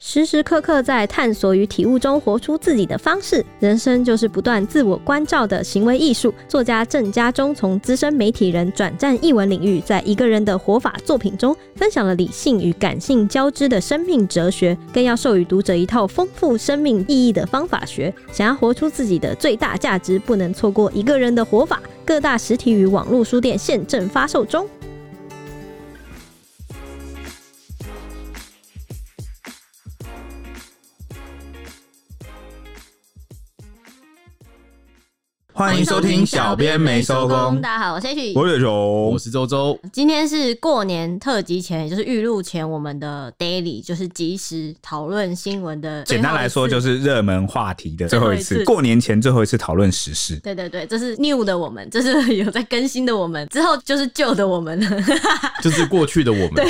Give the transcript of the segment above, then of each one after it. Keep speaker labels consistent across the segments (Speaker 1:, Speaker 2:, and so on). Speaker 1: 时时刻刻在探索与体悟中活出自己的方式。人生就是不断自我关照的行为艺术。作家郑家忠从资深媒体人转战译文领域，在一个人的活法作品中，分享了理性与感性交织的生命哲学，更要授予读者一套丰富生命意义的方法学。想要活出自己的最大价值，不能错过一个人的活法。各大实体与网络书店现正发售中。
Speaker 2: 欢迎收听，小编没收工。
Speaker 3: 大家好，我是 H，
Speaker 2: 我是熊
Speaker 4: 我，是周周，
Speaker 3: 今天是过年特辑前，也就是预录前，我们的 daily 就是及时讨论新闻的。，
Speaker 2: 简单来说就是是热门话题的最后一
Speaker 3: 最后
Speaker 2: 次，
Speaker 3: 一次
Speaker 2: 过年前最后一次讨论时事。
Speaker 3: 对对对，这是 new 的我们，这是有在更新的我们，之后就是旧的我们了。
Speaker 4: 就是过去的我们，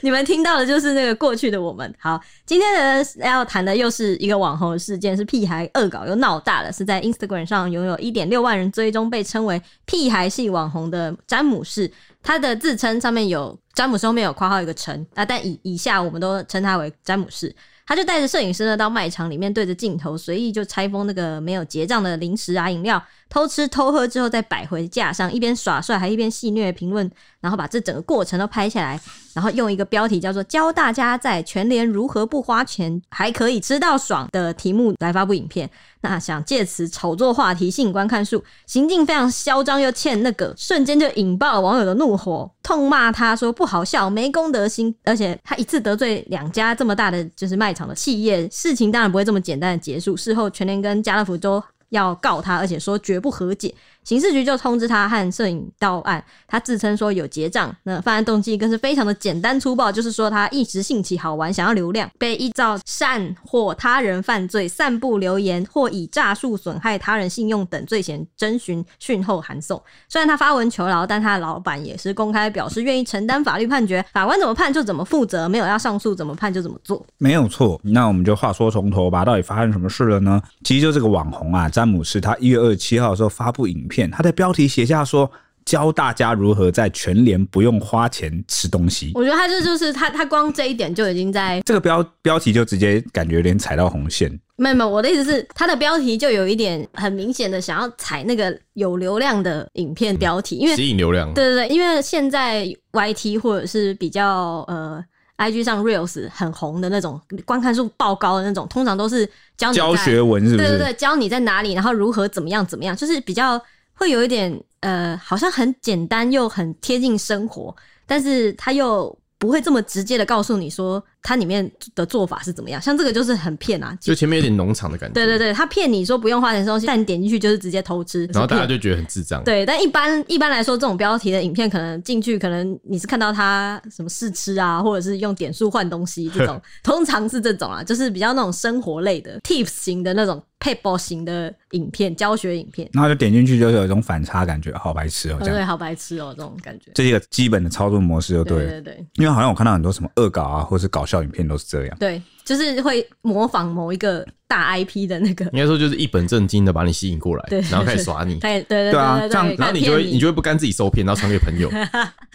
Speaker 3: 你们听到的就是那个过去的我们。好，今天的要谈的又是一个网红事件，是屁孩恶搞又闹大了，是在 Instagram 上拥有一点六万人追踪，被称为屁孩系网红的詹姆士，他的自称上面有詹姆士后面有括号一个陈啊，但以以下我们都称他为詹姆士。他就带着摄影师呢到卖场里面，对着镜头随意就拆封那个没有结账的零食啊、饮料，偷吃偷喝之后再摆回架上，一边耍帅还一边戏谑评论，然后把这整个过程都拍下来，然后用一个标题叫做“教大家在全联如何不花钱还可以吃到爽”的题目来发布影片。那想借此炒作话题，吸引观看数，行径非常嚣张又欠那个，瞬间就引爆了网友的怒火，痛骂他说不好笑、没公德心，而且他一次得罪两家这么大的就是卖场的企业，事情当然不会这么简单的结束。事后全联跟家乐福都要告他，而且说绝不和解。刑事局就通知他和摄影到案，他自称说有结账，那犯案动机更是非常的简单粗暴，就是说他一时兴起好玩，想要流量，被依照善或他人犯罪、散布流言或以诈术损害他人信用等罪嫌征询讯后函送。虽然他发文求饶，但他的老板也是公开表示愿意承担法律判决，法官怎么判就怎么负责，没有要上诉怎么判就怎么做。
Speaker 2: 没有错，那我们就话说从头吧，到底发生什么事了呢？其实就这个网红啊，詹姆士，他一月二十七号的时候发布影片，他的标题写下说教大家如何在全联不用花钱吃东西。
Speaker 3: 我觉得他这就是他，他光这一点就已经在
Speaker 2: 这个标标题就直接感觉有点踩到红线，
Speaker 3: 没有没有，我的意思是，它的标题就有一点很明显的想要踩那个有流量的影片标题，因为对
Speaker 4: 吸引流量，
Speaker 3: 对对，因为现在 YT 或者是比较呃 IG 上 Reels 很红的那种，观看数爆高的那种，通常都是教你在
Speaker 2: 教学文是不
Speaker 3: 对对
Speaker 2: 是？
Speaker 3: 对，教你在哪里，然后如何怎么样怎么样，就是比较会有一点呃，好像很简单又很贴近生活，但是他又不会这么直接的告诉你说它里面的做法是怎么样，像这个就是很骗啊，
Speaker 4: 就前面有点农场的感觉，
Speaker 3: 对对，对，他骗你说不用花钱吃东西，但你点进去就是直接偷吃，
Speaker 4: 然后
Speaker 3: 是
Speaker 4: 大
Speaker 3: 骗
Speaker 4: 家就觉得很智障，，
Speaker 3: 对，但一般一般来说，这种标题的影片可能进去，可能你是看到他什么试吃啊，或者是用点数换东西这种，通常是这种啊，就是比较那种生活类的 tips 型的那种 paper 型的影片，教学影片，
Speaker 2: 然后就点进去，就是有一种反差感觉，好白痴哦、
Speaker 3: 哦
Speaker 2: 这
Speaker 3: 对，
Speaker 2: 样。
Speaker 3: 好白痴哦、这种感觉。
Speaker 2: 这是一个基本的操作模式就对
Speaker 3: 对
Speaker 2: 了，
Speaker 3: 对对
Speaker 2: 因为好像我看到很多什么恶搞啊，或是搞笑影片都是这样。
Speaker 3: 对，就是会模仿某一个大 IP 的那个，
Speaker 4: 应该说就是一本正经的把你吸引过来
Speaker 3: 对，
Speaker 4: 然后开始耍你，
Speaker 3: 对对对
Speaker 2: 对啊
Speaker 3: 对
Speaker 2: 这样
Speaker 3: 对，
Speaker 4: 然后你就会你就会不甘自己受骗，然后传给 朋友，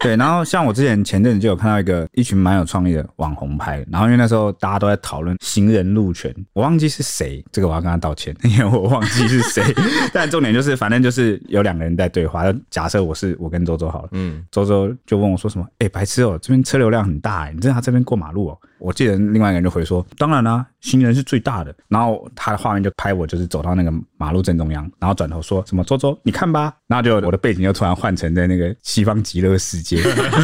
Speaker 2: 对，然后像我之前前阵子就有看到一个一群蛮有创意的网红拍，然后因为那时候大家都在讨论行人路权，我忘记是谁，这个我要跟他道歉， 因为我忘记是谁。但重点就是，反正就是有两个人在对话。假设我是我跟周周好了，
Speaker 4: 嗯，
Speaker 2: 周周就问我说什么？哎、白痴哦、这边车流量很大、欸，你知道他这边过马路哦、我记得另外一个人就回说：“当然啦、行人是最大的。”然后他的画面就拍我，就是走到那个马路正中央，然后转头说什么：“周周，你看吧。”然后就我的背景就突然换成在那个西方极乐世界，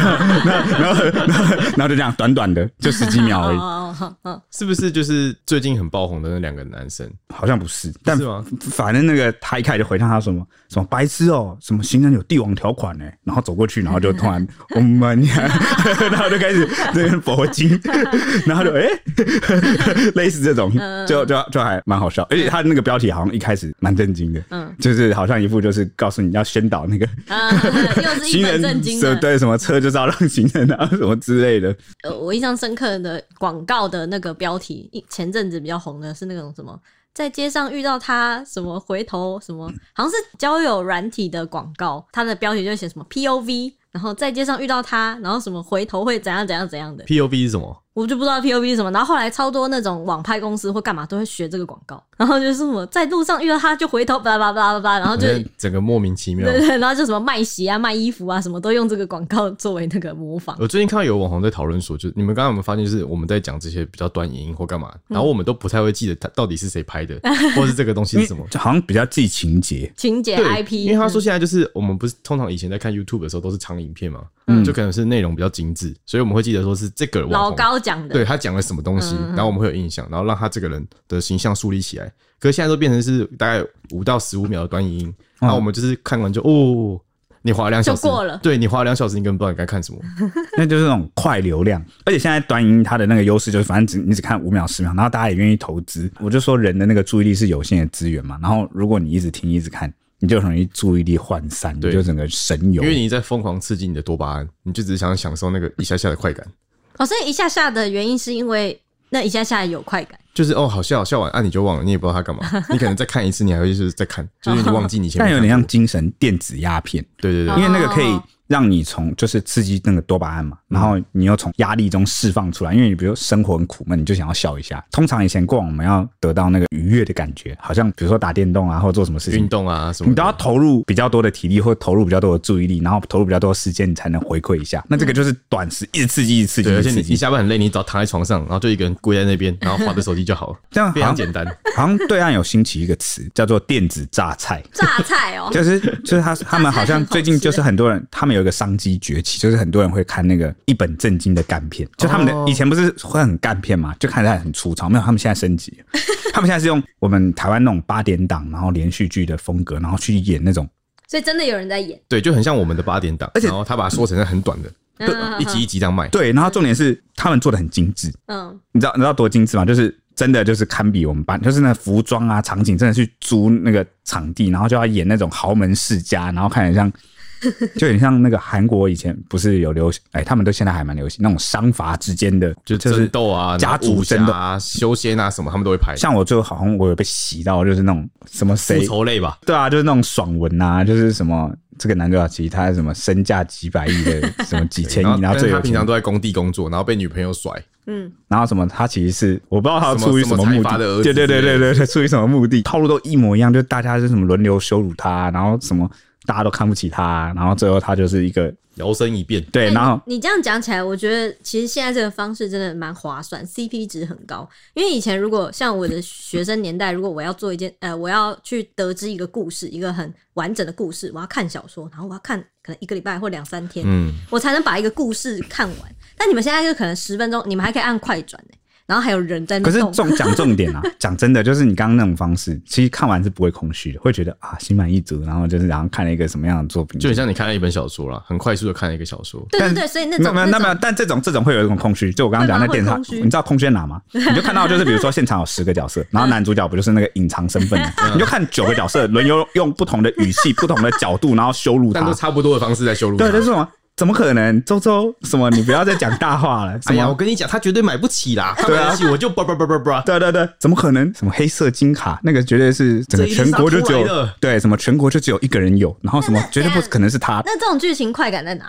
Speaker 2: 然后然后然后然后就这样短短的就十几秒而已，
Speaker 3: 哦哦 哦哦，
Speaker 4: 是不是就是最近很爆红的那两个男生？
Speaker 2: 好像不是，但
Speaker 4: 是吗
Speaker 2: 反正那个他一开始就回向他什么什么白痴哦、什么行人有帝王条款呢、然后走过去，然后就突 然我们 呀，然后就开始这个佛经，然后就哎、 类似这种，
Speaker 3: 嗯
Speaker 2: 就就就还蛮好笑，而且他那个标题好像一开始蛮震惊的，
Speaker 3: 嗯
Speaker 2: 就是好像一副就是告诉你要宣导那个
Speaker 3: 啊， 又是一
Speaker 2: 行
Speaker 3: 本
Speaker 2: 人
Speaker 3: 正经的，
Speaker 2: 对什么车就是要让行人啊什么之类的，
Speaker 3: 呃，我印象深刻的广告的那个标题，一前阵子比较红的是那种什么，在街上遇到他什么回头什么，好像是交友软体的广告，它的标题就写什么 POV，然后在街上遇到他，然后什么回头会怎样怎样怎样的，
Speaker 4: POV 是什么？
Speaker 3: 我就不知道 P O B 是什么。然后后来超多那种网拍公司或干嘛都会学这个广告，然后就是什么在路上遇到他就回头巴拉巴拉巴拉，然后就
Speaker 4: 反正整个莫名其妙
Speaker 3: 对。对，然后就什么卖鞋啊、卖衣服啊，什么都用这个广告作为那个模仿。
Speaker 4: 我最近看到有网红在讨论说，就是你们刚刚有没有发现，就是我们在讲这些比较短影音或干嘛，
Speaker 3: 嗯
Speaker 4: 然后我们都不太会记得它到底是谁拍的，或是这个东西是什么。
Speaker 2: 就好像比较记情节，
Speaker 3: 情节
Speaker 4: 对
Speaker 3: IP，
Speaker 4: 因为他说
Speaker 3: 嗯
Speaker 4: 现在就是我们不是通常以前在看 YouTube 的时候都是长影片嘛，
Speaker 2: 嗯
Speaker 4: 就可能是内容比较精致，所以我们会记得说是这个网
Speaker 3: 嗯老
Speaker 4: 红
Speaker 3: 高讲的，嗯
Speaker 4: 对他讲了什么东西，然后我们会有印象，然后让他这个人的形象树立起来。可是现在都变成是大概五到十五秒的短影音，然后我们就是看完就哦，你花了两小时
Speaker 3: 嗯就过了
Speaker 4: 对你花了两小时，你根本不知道你该看什么。
Speaker 2: 那就是那种快流量。而且现在短影音它的那个优势就是，反正只你只看五秒十秒，然后大家也愿意投资。我就说人的那个注意力是有限的资源嘛，然后如果你一直听一直看，你就很容易注意力涣散，你
Speaker 4: 对
Speaker 2: 就整个神游
Speaker 4: 因。为你在疯狂刺激你的多巴胺，你就只是想要享受那个一下下的快感，
Speaker 3: 哦，所以一下下的原因是因为那一下下有快感，
Speaker 4: 就是哦，好笑，笑完啊你就忘了，你也不知道他干嘛，你可能再看一次，你还会就是再看，就是你忘记你 以前
Speaker 2: 但
Speaker 4: 面
Speaker 2: 有点
Speaker 4: 看
Speaker 2: 像
Speaker 4: 过
Speaker 2: 精神电子鸦片，
Speaker 4: 对对对，
Speaker 2: 因为那个可以让你从就是刺激那个多巴胺嘛，然后你又从压力中释放出来。因为你比如说生活很苦闷，你就想要笑一下。通常以前过往我们要得到那个愉悦的感觉，好像比如说打电动啊，或者做什么事情
Speaker 4: 运，动啊什么的，
Speaker 2: 你都要投入比较多的体力或投入比较多的注意力，然后投入比较多的时间，你才能回馈一下。那这个就是短时一直刺激，一直刺激，
Speaker 4: 嗯对，而
Speaker 2: 一
Speaker 4: 且
Speaker 2: 直
Speaker 4: 你
Speaker 2: 刺
Speaker 4: 一
Speaker 2: 激。
Speaker 4: 下班很累，你只要躺在床上，然后就一个人跪在那边，然后划着手机就好了，
Speaker 2: 这样好
Speaker 4: 非常
Speaker 2: 像
Speaker 4: 简单。
Speaker 2: 好像对岸有兴起一个词叫做电子榨菜。
Speaker 3: 榨菜哦，
Speaker 2: 就是就是他他们好像最近就是很多人，他们有一个商机崛起，就是很多人会看那个一本正经的干片，就他们的
Speaker 4: 哦
Speaker 2: 以前不是会很干片嘛，就看起来很粗糙，没有，他们现在升级了，他们现在是用我们台湾那种八点档，然后连续剧的风格，然后去演那种，
Speaker 3: 所以真的有人在演，
Speaker 4: 对，就很像我们的八点档，
Speaker 2: 而且
Speaker 4: 然后他把它缩成很短的，
Speaker 3: 嗯
Speaker 4: 一集一集这样卖。
Speaker 2: 对，然后重点是他们做的很精致，
Speaker 3: 嗯，
Speaker 2: 你知道你知道多精致吗？就是真的就是堪比我们班，就是那服装啊场景，真的去租那个场地，然后就要演那种豪门世家，然后看起来像， 就很像那个韩国以前不是有流行，哎、他们都现在还蛮流行那种商阀之间的，
Speaker 4: 就
Speaker 2: 就是
Speaker 4: 争斗啊，
Speaker 2: 家
Speaker 4: 然后
Speaker 2: 族
Speaker 4: 武侠
Speaker 2: 争斗。
Speaker 4: 啊、修仙啊什么，他们都会拍。
Speaker 2: 像我就好像我有被洗到，就是那种什么
Speaker 4: 复
Speaker 2: 谁
Speaker 4: 仇类吧，
Speaker 2: 对啊，就是那种爽文啊，就是什么这个男主角其实他什么身价几百亿的什么几千
Speaker 4: 然后
Speaker 2: 亿，然后
Speaker 4: 但
Speaker 2: 最
Speaker 4: 是
Speaker 2: 有
Speaker 4: 他平常
Speaker 2: 钱，
Speaker 4: 都在工地工作，然后被女朋友甩，
Speaker 2: 然后什么他其实是我不知道他
Speaker 4: 什么
Speaker 2: 出于
Speaker 4: 什么
Speaker 2: 么目
Speaker 4: 财阀的儿
Speaker 2: 的，对
Speaker 4: 子
Speaker 2: 对对
Speaker 4: 之类
Speaker 2: 对
Speaker 4: 的
Speaker 2: 对对，出于什么目的，套路都一模一样，就大家是什么轮流羞辱他，然后什么大家都看不起他，然后最后他就是一个
Speaker 4: 摇身一变。
Speaker 2: 对，
Speaker 3: 哎
Speaker 2: 然后
Speaker 3: 你你这样讲起来，我觉得其实现在这个方式真的蛮划算，CP 值很高。因为以前如果像我的学生年代，如果我要做一件呃，我要去得知一个故事，一个很完整的故事，我要看小说，然后我要看可能一个礼拜或两三天，
Speaker 4: 嗯，
Speaker 3: 我才能把一个故事看完。但你们现在就可能十分钟，你们还可以按快转、欸、然后还有人在那
Speaker 2: 可是
Speaker 3: 动。
Speaker 2: 重讲重点啊，讲真的，就是你刚刚那种方式，其实看完是不会空虚的，会觉得啊心满意足，然后就是然后看了一个什么样的作品，
Speaker 4: 就很像你看了一本小说啦，很快速的看了一个小说。
Speaker 3: 对对
Speaker 2: 但
Speaker 3: 对，所以那
Speaker 2: 没有
Speaker 3: 种
Speaker 2: 没有，那
Speaker 3: 那种
Speaker 2: 没有，但这种这种会有一种空虚，就我刚刚讲的那
Speaker 3: 会
Speaker 2: 电
Speaker 3: 吗
Speaker 2: 视
Speaker 3: 会空虚
Speaker 2: 你知道空虚在哪 吗？你就看到就是比如说现场有十个角色，
Speaker 3: 嗯
Speaker 2: 然后男主角不就是那个隐藏身份吗，
Speaker 4: 嗯
Speaker 2: 你就看九个角色轮流用不同的语气、不同的角度，然后羞辱
Speaker 4: 但
Speaker 2: 他
Speaker 4: 都。差不多的方式在羞辱他。
Speaker 2: 对，就是什么？怎么可能？周周什么？你不要再讲大话了。什
Speaker 4: 哎呀，我
Speaker 2: 么？
Speaker 4: 跟你讲，他绝对买不起啦，他买得
Speaker 2: 啊
Speaker 4: 起我就叭叭叭叭叭。
Speaker 2: 对对对，怎么可能？什么黑色金卡？那个绝对是整个
Speaker 4: 这一定
Speaker 2: 全
Speaker 4: 是
Speaker 2: 国就
Speaker 4: 他
Speaker 2: 只
Speaker 4: 出来
Speaker 2: 有
Speaker 4: 的
Speaker 2: 对什么全国就只有一个人有，然后什么绝对不可能是他。
Speaker 3: 那这种剧情快感在哪？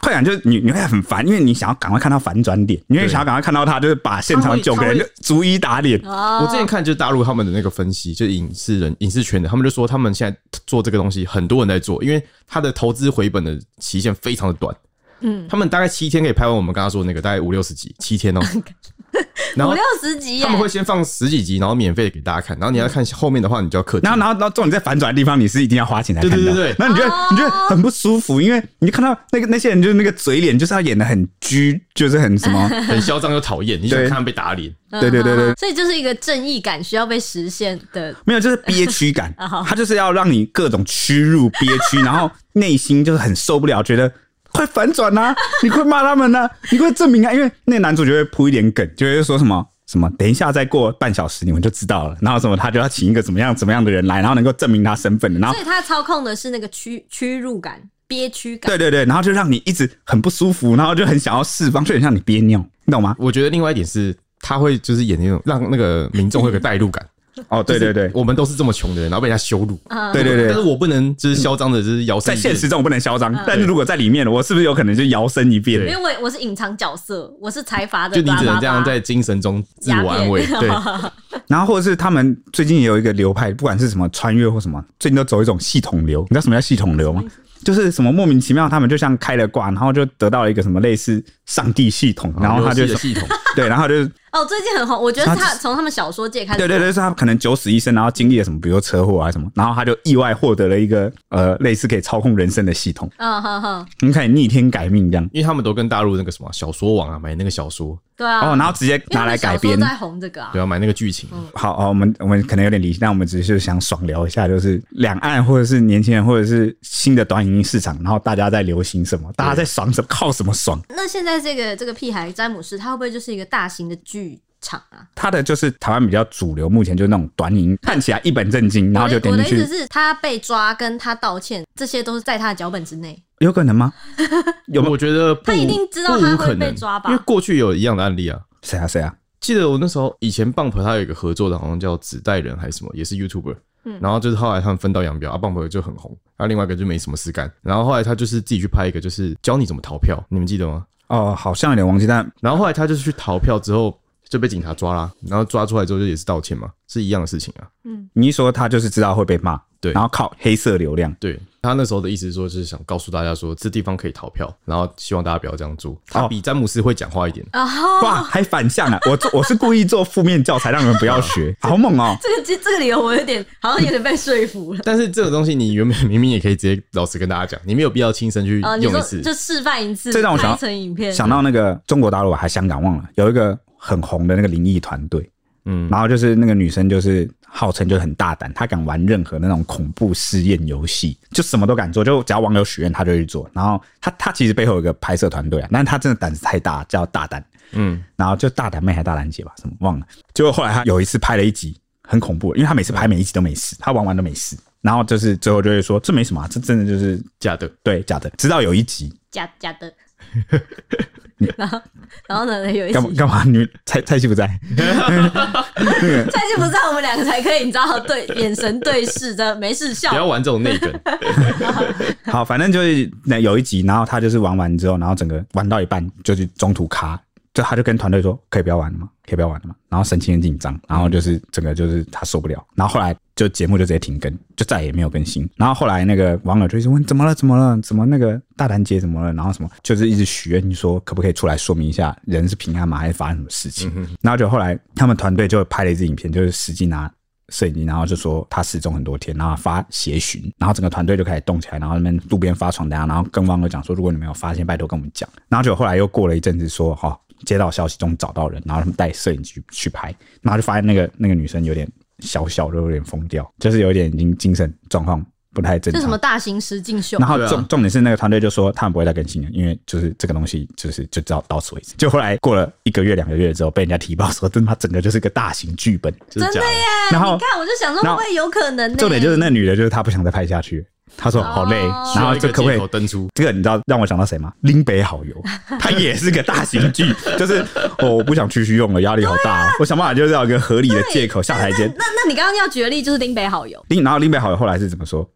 Speaker 2: 快感就是你你会很烦，因为你想要赶快看到反转点，你会
Speaker 4: 对
Speaker 2: 想要赶快看到他就是把现
Speaker 4: 他
Speaker 2: 场
Speaker 4: 会
Speaker 2: 九个
Speaker 4: 他
Speaker 2: 人
Speaker 4: 会
Speaker 2: 就逐一打脸。
Speaker 3: 哦
Speaker 4: 我之前看就是大陆他们的那个分析，就影视人影视圈的，他们就说他们现在做这个东西，很多人在做，因为他的投资回本的期限非常的短。嗯，他们大概七天可以拍完我们刚刚说的那个，大概五六十集，七天哦、然
Speaker 3: 五
Speaker 4: 后
Speaker 3: 六十集耶
Speaker 4: 他，们会先放十几集，然后免费给大家看，然后你要看后面的话，你就要氪金
Speaker 2: 然后，然后，然后，重点在反转的地方，你是一定要花钱才看到。
Speaker 4: 对对对对
Speaker 2: 然后你觉得、
Speaker 3: 哦
Speaker 2: 你觉得很不舒服，因为你就看到那个那些人就是那个嘴脸，就是要演的很拘，就是很什 么。
Speaker 4: 很嚣张又讨厌，你想看他们被打脸。
Speaker 2: 对对对对
Speaker 3: 嗯，所以就是一个正义感需要被实现的。
Speaker 2: 没有，就是憋屈感，
Speaker 4: 哦
Speaker 2: 他就是要让你各种屈辱、憋屈，然后内心就是很受不了，觉得快反转呐、 你快骂他们呐、你快证明啊！因为那个男主角会铺一点梗，就会说什么什么，等一下再过半小时你们就知道了，然后什么他就要请一个怎么样怎么样的人来，然后能够证明他身份的，然后
Speaker 3: 所以他操控的是那个屈屈辱感、憋屈感。
Speaker 2: 对对对，然后就让你一直很不舒服，然后就很想要释放，就很
Speaker 4: 嗯
Speaker 2: 像你憋尿，你懂吗？
Speaker 4: 我觉得另外一点是，他会就是演那种让那个民众会有个代入感。
Speaker 2: 哦，对对对，
Speaker 4: 我们都是这么穷的人，然后被人家羞辱。
Speaker 3: 啊，
Speaker 2: 对对
Speaker 4: 但是
Speaker 2: 对，
Speaker 4: 我不能就是嚣张的，就是摇
Speaker 2: 在
Speaker 4: 身一
Speaker 2: 现
Speaker 4: 变
Speaker 2: 实中我不能嚣张，
Speaker 4: 嗯
Speaker 2: 但是如果在里面，我是不是有可能就摇身一变？
Speaker 3: 因为我也我是隐藏角色，我是财阀的，
Speaker 4: 就你只
Speaker 3: 叭叭
Speaker 4: 能
Speaker 3: 叭
Speaker 4: 这样在精神中自我安慰。
Speaker 3: 鸦片
Speaker 4: 对，
Speaker 2: 然后或者是他们最近也有一个流派，不管是什么穿越或什么，最近都走一种系统流。你知道什么叫系统流吗？就是什么莫名其妙，他们就像开了挂，然后就得到了一个什么类似上帝系统，然后他就
Speaker 4: 哦游戏的系统，
Speaker 2: 对，然后就是
Speaker 3: 哦，最近很红，我觉得
Speaker 2: 他
Speaker 3: 他从他们小说界开始，
Speaker 2: 对对对，就是他可能九死一生，然后经历了什么，比如说车祸啊什么，然后他就意外获得了一个呃类似可以操控人生的系统，
Speaker 3: 嗯哼哼，
Speaker 2: 你可以逆天改命这样。
Speaker 4: 因为他们都跟大陆那个什么小说网啊，买那个小说，
Speaker 3: 对啊，
Speaker 2: 哦，然后直接
Speaker 3: 因为
Speaker 2: 拿
Speaker 3: 他们
Speaker 2: 来
Speaker 3: 小
Speaker 2: 改
Speaker 3: 说
Speaker 2: 编，
Speaker 3: 在红这个啊
Speaker 4: 对，啊，买那个剧情。
Speaker 2: 好哦，我们我们可能有点理性，但我们只是想爽聊一下，就是两岸或者是年轻人或者是新的短影音市场，然后大家在流行什么，大家在爽什么，靠什么爽？
Speaker 3: 那现在这个这个屁孩詹姆斯，他会不会就是一个大型的剧场啊？
Speaker 2: 他的就是台湾比较主流，目前就是那种短影音，看起来一本正经，然后就
Speaker 3: 我的
Speaker 2: 点
Speaker 3: 我
Speaker 2: 进
Speaker 3: 的意思
Speaker 2: 去，
Speaker 3: 是，他被抓跟他道歉，这些都是在他的脚本之内。
Speaker 2: 有可能吗？有没有
Speaker 4: 我觉得不
Speaker 3: 他一定知道他会被抓
Speaker 4: 不无可
Speaker 3: 吧
Speaker 4: 能因为过去有一样的案例啊。
Speaker 2: 谁啊谁啊？
Speaker 4: 记得我那时候以前棒婆他有一个合作的，好像叫纸袋人还是什么，也是 YouTuber。然
Speaker 3: 嗯
Speaker 4: 后就是后来他们分道扬镳，啊，棒婆就很红，然后另外一个就没什么事干。然后后来他就是自己去拍一个，就是教你怎么逃票，你们记得吗？
Speaker 2: 哦，好像有点忘记，但
Speaker 4: 然后后来他就是去逃票之后就被警察抓啦，然后抓出来之后就也是道歉嘛，是一样的事情啊。
Speaker 2: 你一说他就是知道会被骂，
Speaker 4: 对
Speaker 2: 然后靠黑色流量，
Speaker 4: 对他那时候的意思是说，就是想告诉大家说这地方可以逃票，然后希望大家不要这样
Speaker 2: 哦
Speaker 4: 做。他比詹姆斯会讲话一点，
Speaker 3: 然后
Speaker 2: 哇，还反向了、我做我是故意做负面教材，让你们不要 学，好猛哦！
Speaker 3: 这个这这个理由我有点好像有点被说服 了。
Speaker 4: 但是这种东西你原本明明也可以直接老实跟大家讲，你没有必要亲身去
Speaker 3: 啊，你
Speaker 4: 用
Speaker 3: 说
Speaker 4: 一次。
Speaker 3: 就示范一次，
Speaker 2: 这让我想
Speaker 3: 拍成影片，
Speaker 2: 想到那个中国大陆还香港忘了，有一个很红的那个灵异团队，
Speaker 4: 嗯，
Speaker 2: 然后就是那个女生就是号称就很大胆，她敢玩任何那种恐怖试验游戏，就什么都敢做，就只要网友许愿她就去做。然后她她其实背后有一个拍摄团队啊，但是她真的胆子太大，叫大胆，
Speaker 4: 嗯，
Speaker 2: 然后就大胆妹还大胆姐吧，什么忘了。结果后来她有一次拍了一集，很恐怖，因为她每次拍每一集都没事，她玩完都没事。然后就是最后就会说这没什么、啊，这真的就是
Speaker 4: 假的。
Speaker 2: 对假的。直到有一集
Speaker 3: 假假 的。然后，然后呢？有一集
Speaker 2: 干嘛干嘛，你蔡蔡西不在，
Speaker 3: 蔡记不在，我们两个才可以，你知 道，对眼神对视的，没事
Speaker 4: 不要
Speaker 3: 笑。
Speaker 4: 玩这种内 梗，
Speaker 2: 好，反正就是那有一集，然后他就是玩完之后，然后整个玩到一半就是中途卡，就他就跟团队说可以不要玩了吗？可以不要玩了吗？然后神情很紧张，然后就是整个就是他受不了，然后后来就节目就直接停更，就再也没有更新。然后后来那个网友就一直问怎么了怎么了怎么那个大胆姐怎么了，然后什么就是一直许愿说可不可以出来说明一下人是平安吗？还是发生什么事情？然后就后来他们团队就拍了一支影片，就是实际拿摄影机，然后就说他失踪很多天，然后发协寻，然后整个团队就开始动起来，然后那边路边发传单啊，然后跟网友讲说，如果你们有发现，拜托跟我们讲。然后就后来又过了一阵子说，哈、接到消息中找到人，然后他们带摄影机去拍，然后就发现那个那个女生有点小小的有点疯掉，就是有点已经精神状况不太正
Speaker 3: 这
Speaker 2: 常。
Speaker 3: 什么大型实境秀
Speaker 2: 然？后
Speaker 4: 对啊
Speaker 2: 重、重点是那个团队就说他们不会再更新了，因为就是这个东西就是就到到此为止。就后来过了一个月两个月之后，被人家提报说，真他整个就是个大型剧 本。
Speaker 4: 真的假的？
Speaker 2: 然后
Speaker 3: 哎你看，我就想说，会
Speaker 2: 然
Speaker 3: 不
Speaker 2: 后
Speaker 3: 会有可能呢？
Speaker 2: 重点就是那女的，就是她不想再拍下去，她说好累，
Speaker 3: 哦
Speaker 2: 然后
Speaker 4: 这
Speaker 2: 这可不可以？
Speaker 4: 登出？
Speaker 2: 这个你知道让我想到谁吗？林北好油，它也是个大型剧，就是、哦、我不想继续用了，压力好 大、哦，
Speaker 3: 啊
Speaker 2: 我想办法就是要有一个合理的借口下台阶。
Speaker 3: 那那你刚刚要举的例就是林北好友，
Speaker 2: 林然后林北好友后来是怎么说？哎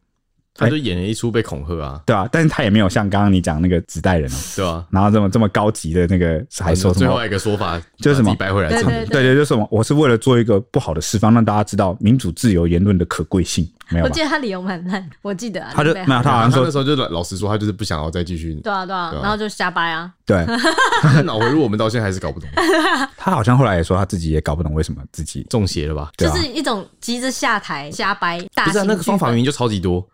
Speaker 4: 他就演了一出被恐吓啊，
Speaker 2: 对啊，但是他也没有像刚刚你讲那个纸袋人哦，
Speaker 4: 对吧？嗯
Speaker 2: 然后这么这么高级的那个还说什
Speaker 4: 最后
Speaker 2: 么？
Speaker 4: 一个说法
Speaker 2: 就是什么
Speaker 4: 把自己 掰回来
Speaker 3: 对
Speaker 4: 唱的
Speaker 3: 对
Speaker 2: 对对，就是什么，我是为了做一个不好的示范，让大家知道民主自由言论的可贵性，没有
Speaker 3: 我
Speaker 2: 吧
Speaker 3: 记？得他理由蛮烂，我记得啊，
Speaker 2: 他就
Speaker 3: 林北
Speaker 2: 没
Speaker 3: 好友
Speaker 2: 有，他好
Speaker 4: 他
Speaker 2: 像
Speaker 4: 那
Speaker 2: 说
Speaker 4: 时候就老老实说，他就是不想要再继 续
Speaker 3: 对啊对啊
Speaker 4: 对，啊
Speaker 3: 然后就瞎掰啊，
Speaker 2: 对，
Speaker 4: 脑回路，我们到现在还是搞不懂，
Speaker 2: 他好像后来也说他自己也搞不懂为什么自己
Speaker 4: 中邪了吧？
Speaker 2: 对
Speaker 3: 就
Speaker 2: 啊
Speaker 3: 是一种急着下台瞎掰，大
Speaker 4: 不是啊，
Speaker 3: 型
Speaker 4: 那个方法明
Speaker 3: 剧
Speaker 4: 明就超级多，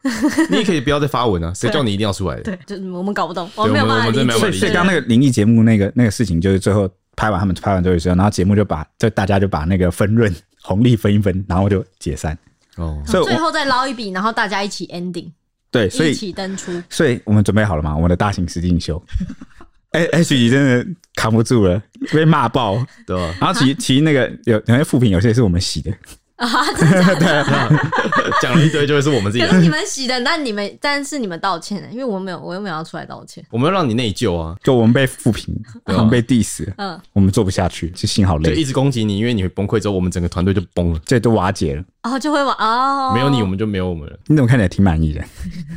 Speaker 4: 你也可以不要再发文啊，谁叫你一定要出来的？
Speaker 3: 本对，就是我们搞不懂，
Speaker 4: 我
Speaker 3: 没有
Speaker 4: 们
Speaker 3: 办法
Speaker 4: 我们真的
Speaker 3: 理
Speaker 4: 没有
Speaker 2: 所
Speaker 4: 办
Speaker 2: 以，
Speaker 4: 法理
Speaker 2: 所
Speaker 4: 解
Speaker 2: 以刚刚那个灵异节目那个那个事情，就是最后拍完他们拍完这个之后，然后节目就把就大家就把那个分润红利分一分，然后就解散。
Speaker 4: 哦，
Speaker 2: 所以
Speaker 3: 最
Speaker 2: 我
Speaker 3: 后再捞一笔，然后大家一起 ending，
Speaker 2: 对，所
Speaker 3: 一
Speaker 2: 以
Speaker 3: 起登出。
Speaker 2: 所以我们准备好了吗？我们的大型实境秀。 哎，H 姨真的扛不住了，被骂爆。
Speaker 4: 对吧？
Speaker 2: 然后其其实那个有有些副评，有些是我们洗的，
Speaker 3: 啊，真的假的？
Speaker 4: 讲了一堆就会是我们自己
Speaker 3: 可
Speaker 4: 的
Speaker 3: 是你们洗的，那你们但是你们道歉的，因为我没有，我又没有要出来 道歉。
Speaker 4: 我们要让你内疚啊，
Speaker 2: 就我们被负评，我
Speaker 4: 对啊
Speaker 2: 们被 diss，
Speaker 3: 嗯，
Speaker 2: 我们做不下去，就心好
Speaker 4: 就一
Speaker 2: 累，
Speaker 4: 直攻击你，因为你会崩溃之后，我们整个团队就崩了，
Speaker 2: 这都瓦解了。。
Speaker 3: 哦，就会玩哦，
Speaker 4: 没有你我们就没有我们了
Speaker 2: 你怎么看起来挺满意的？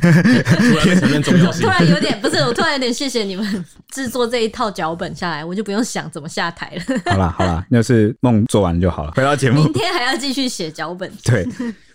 Speaker 4: 突然承认重要性
Speaker 3: 突，然有点不是，我突然有点谢谢你们制作这一套脚本下来，我就不用想怎么下台了。
Speaker 2: 好啦好啦，那就是梦做完就好了。回到节目
Speaker 3: 明，天还要继续写脚本，
Speaker 2: 对，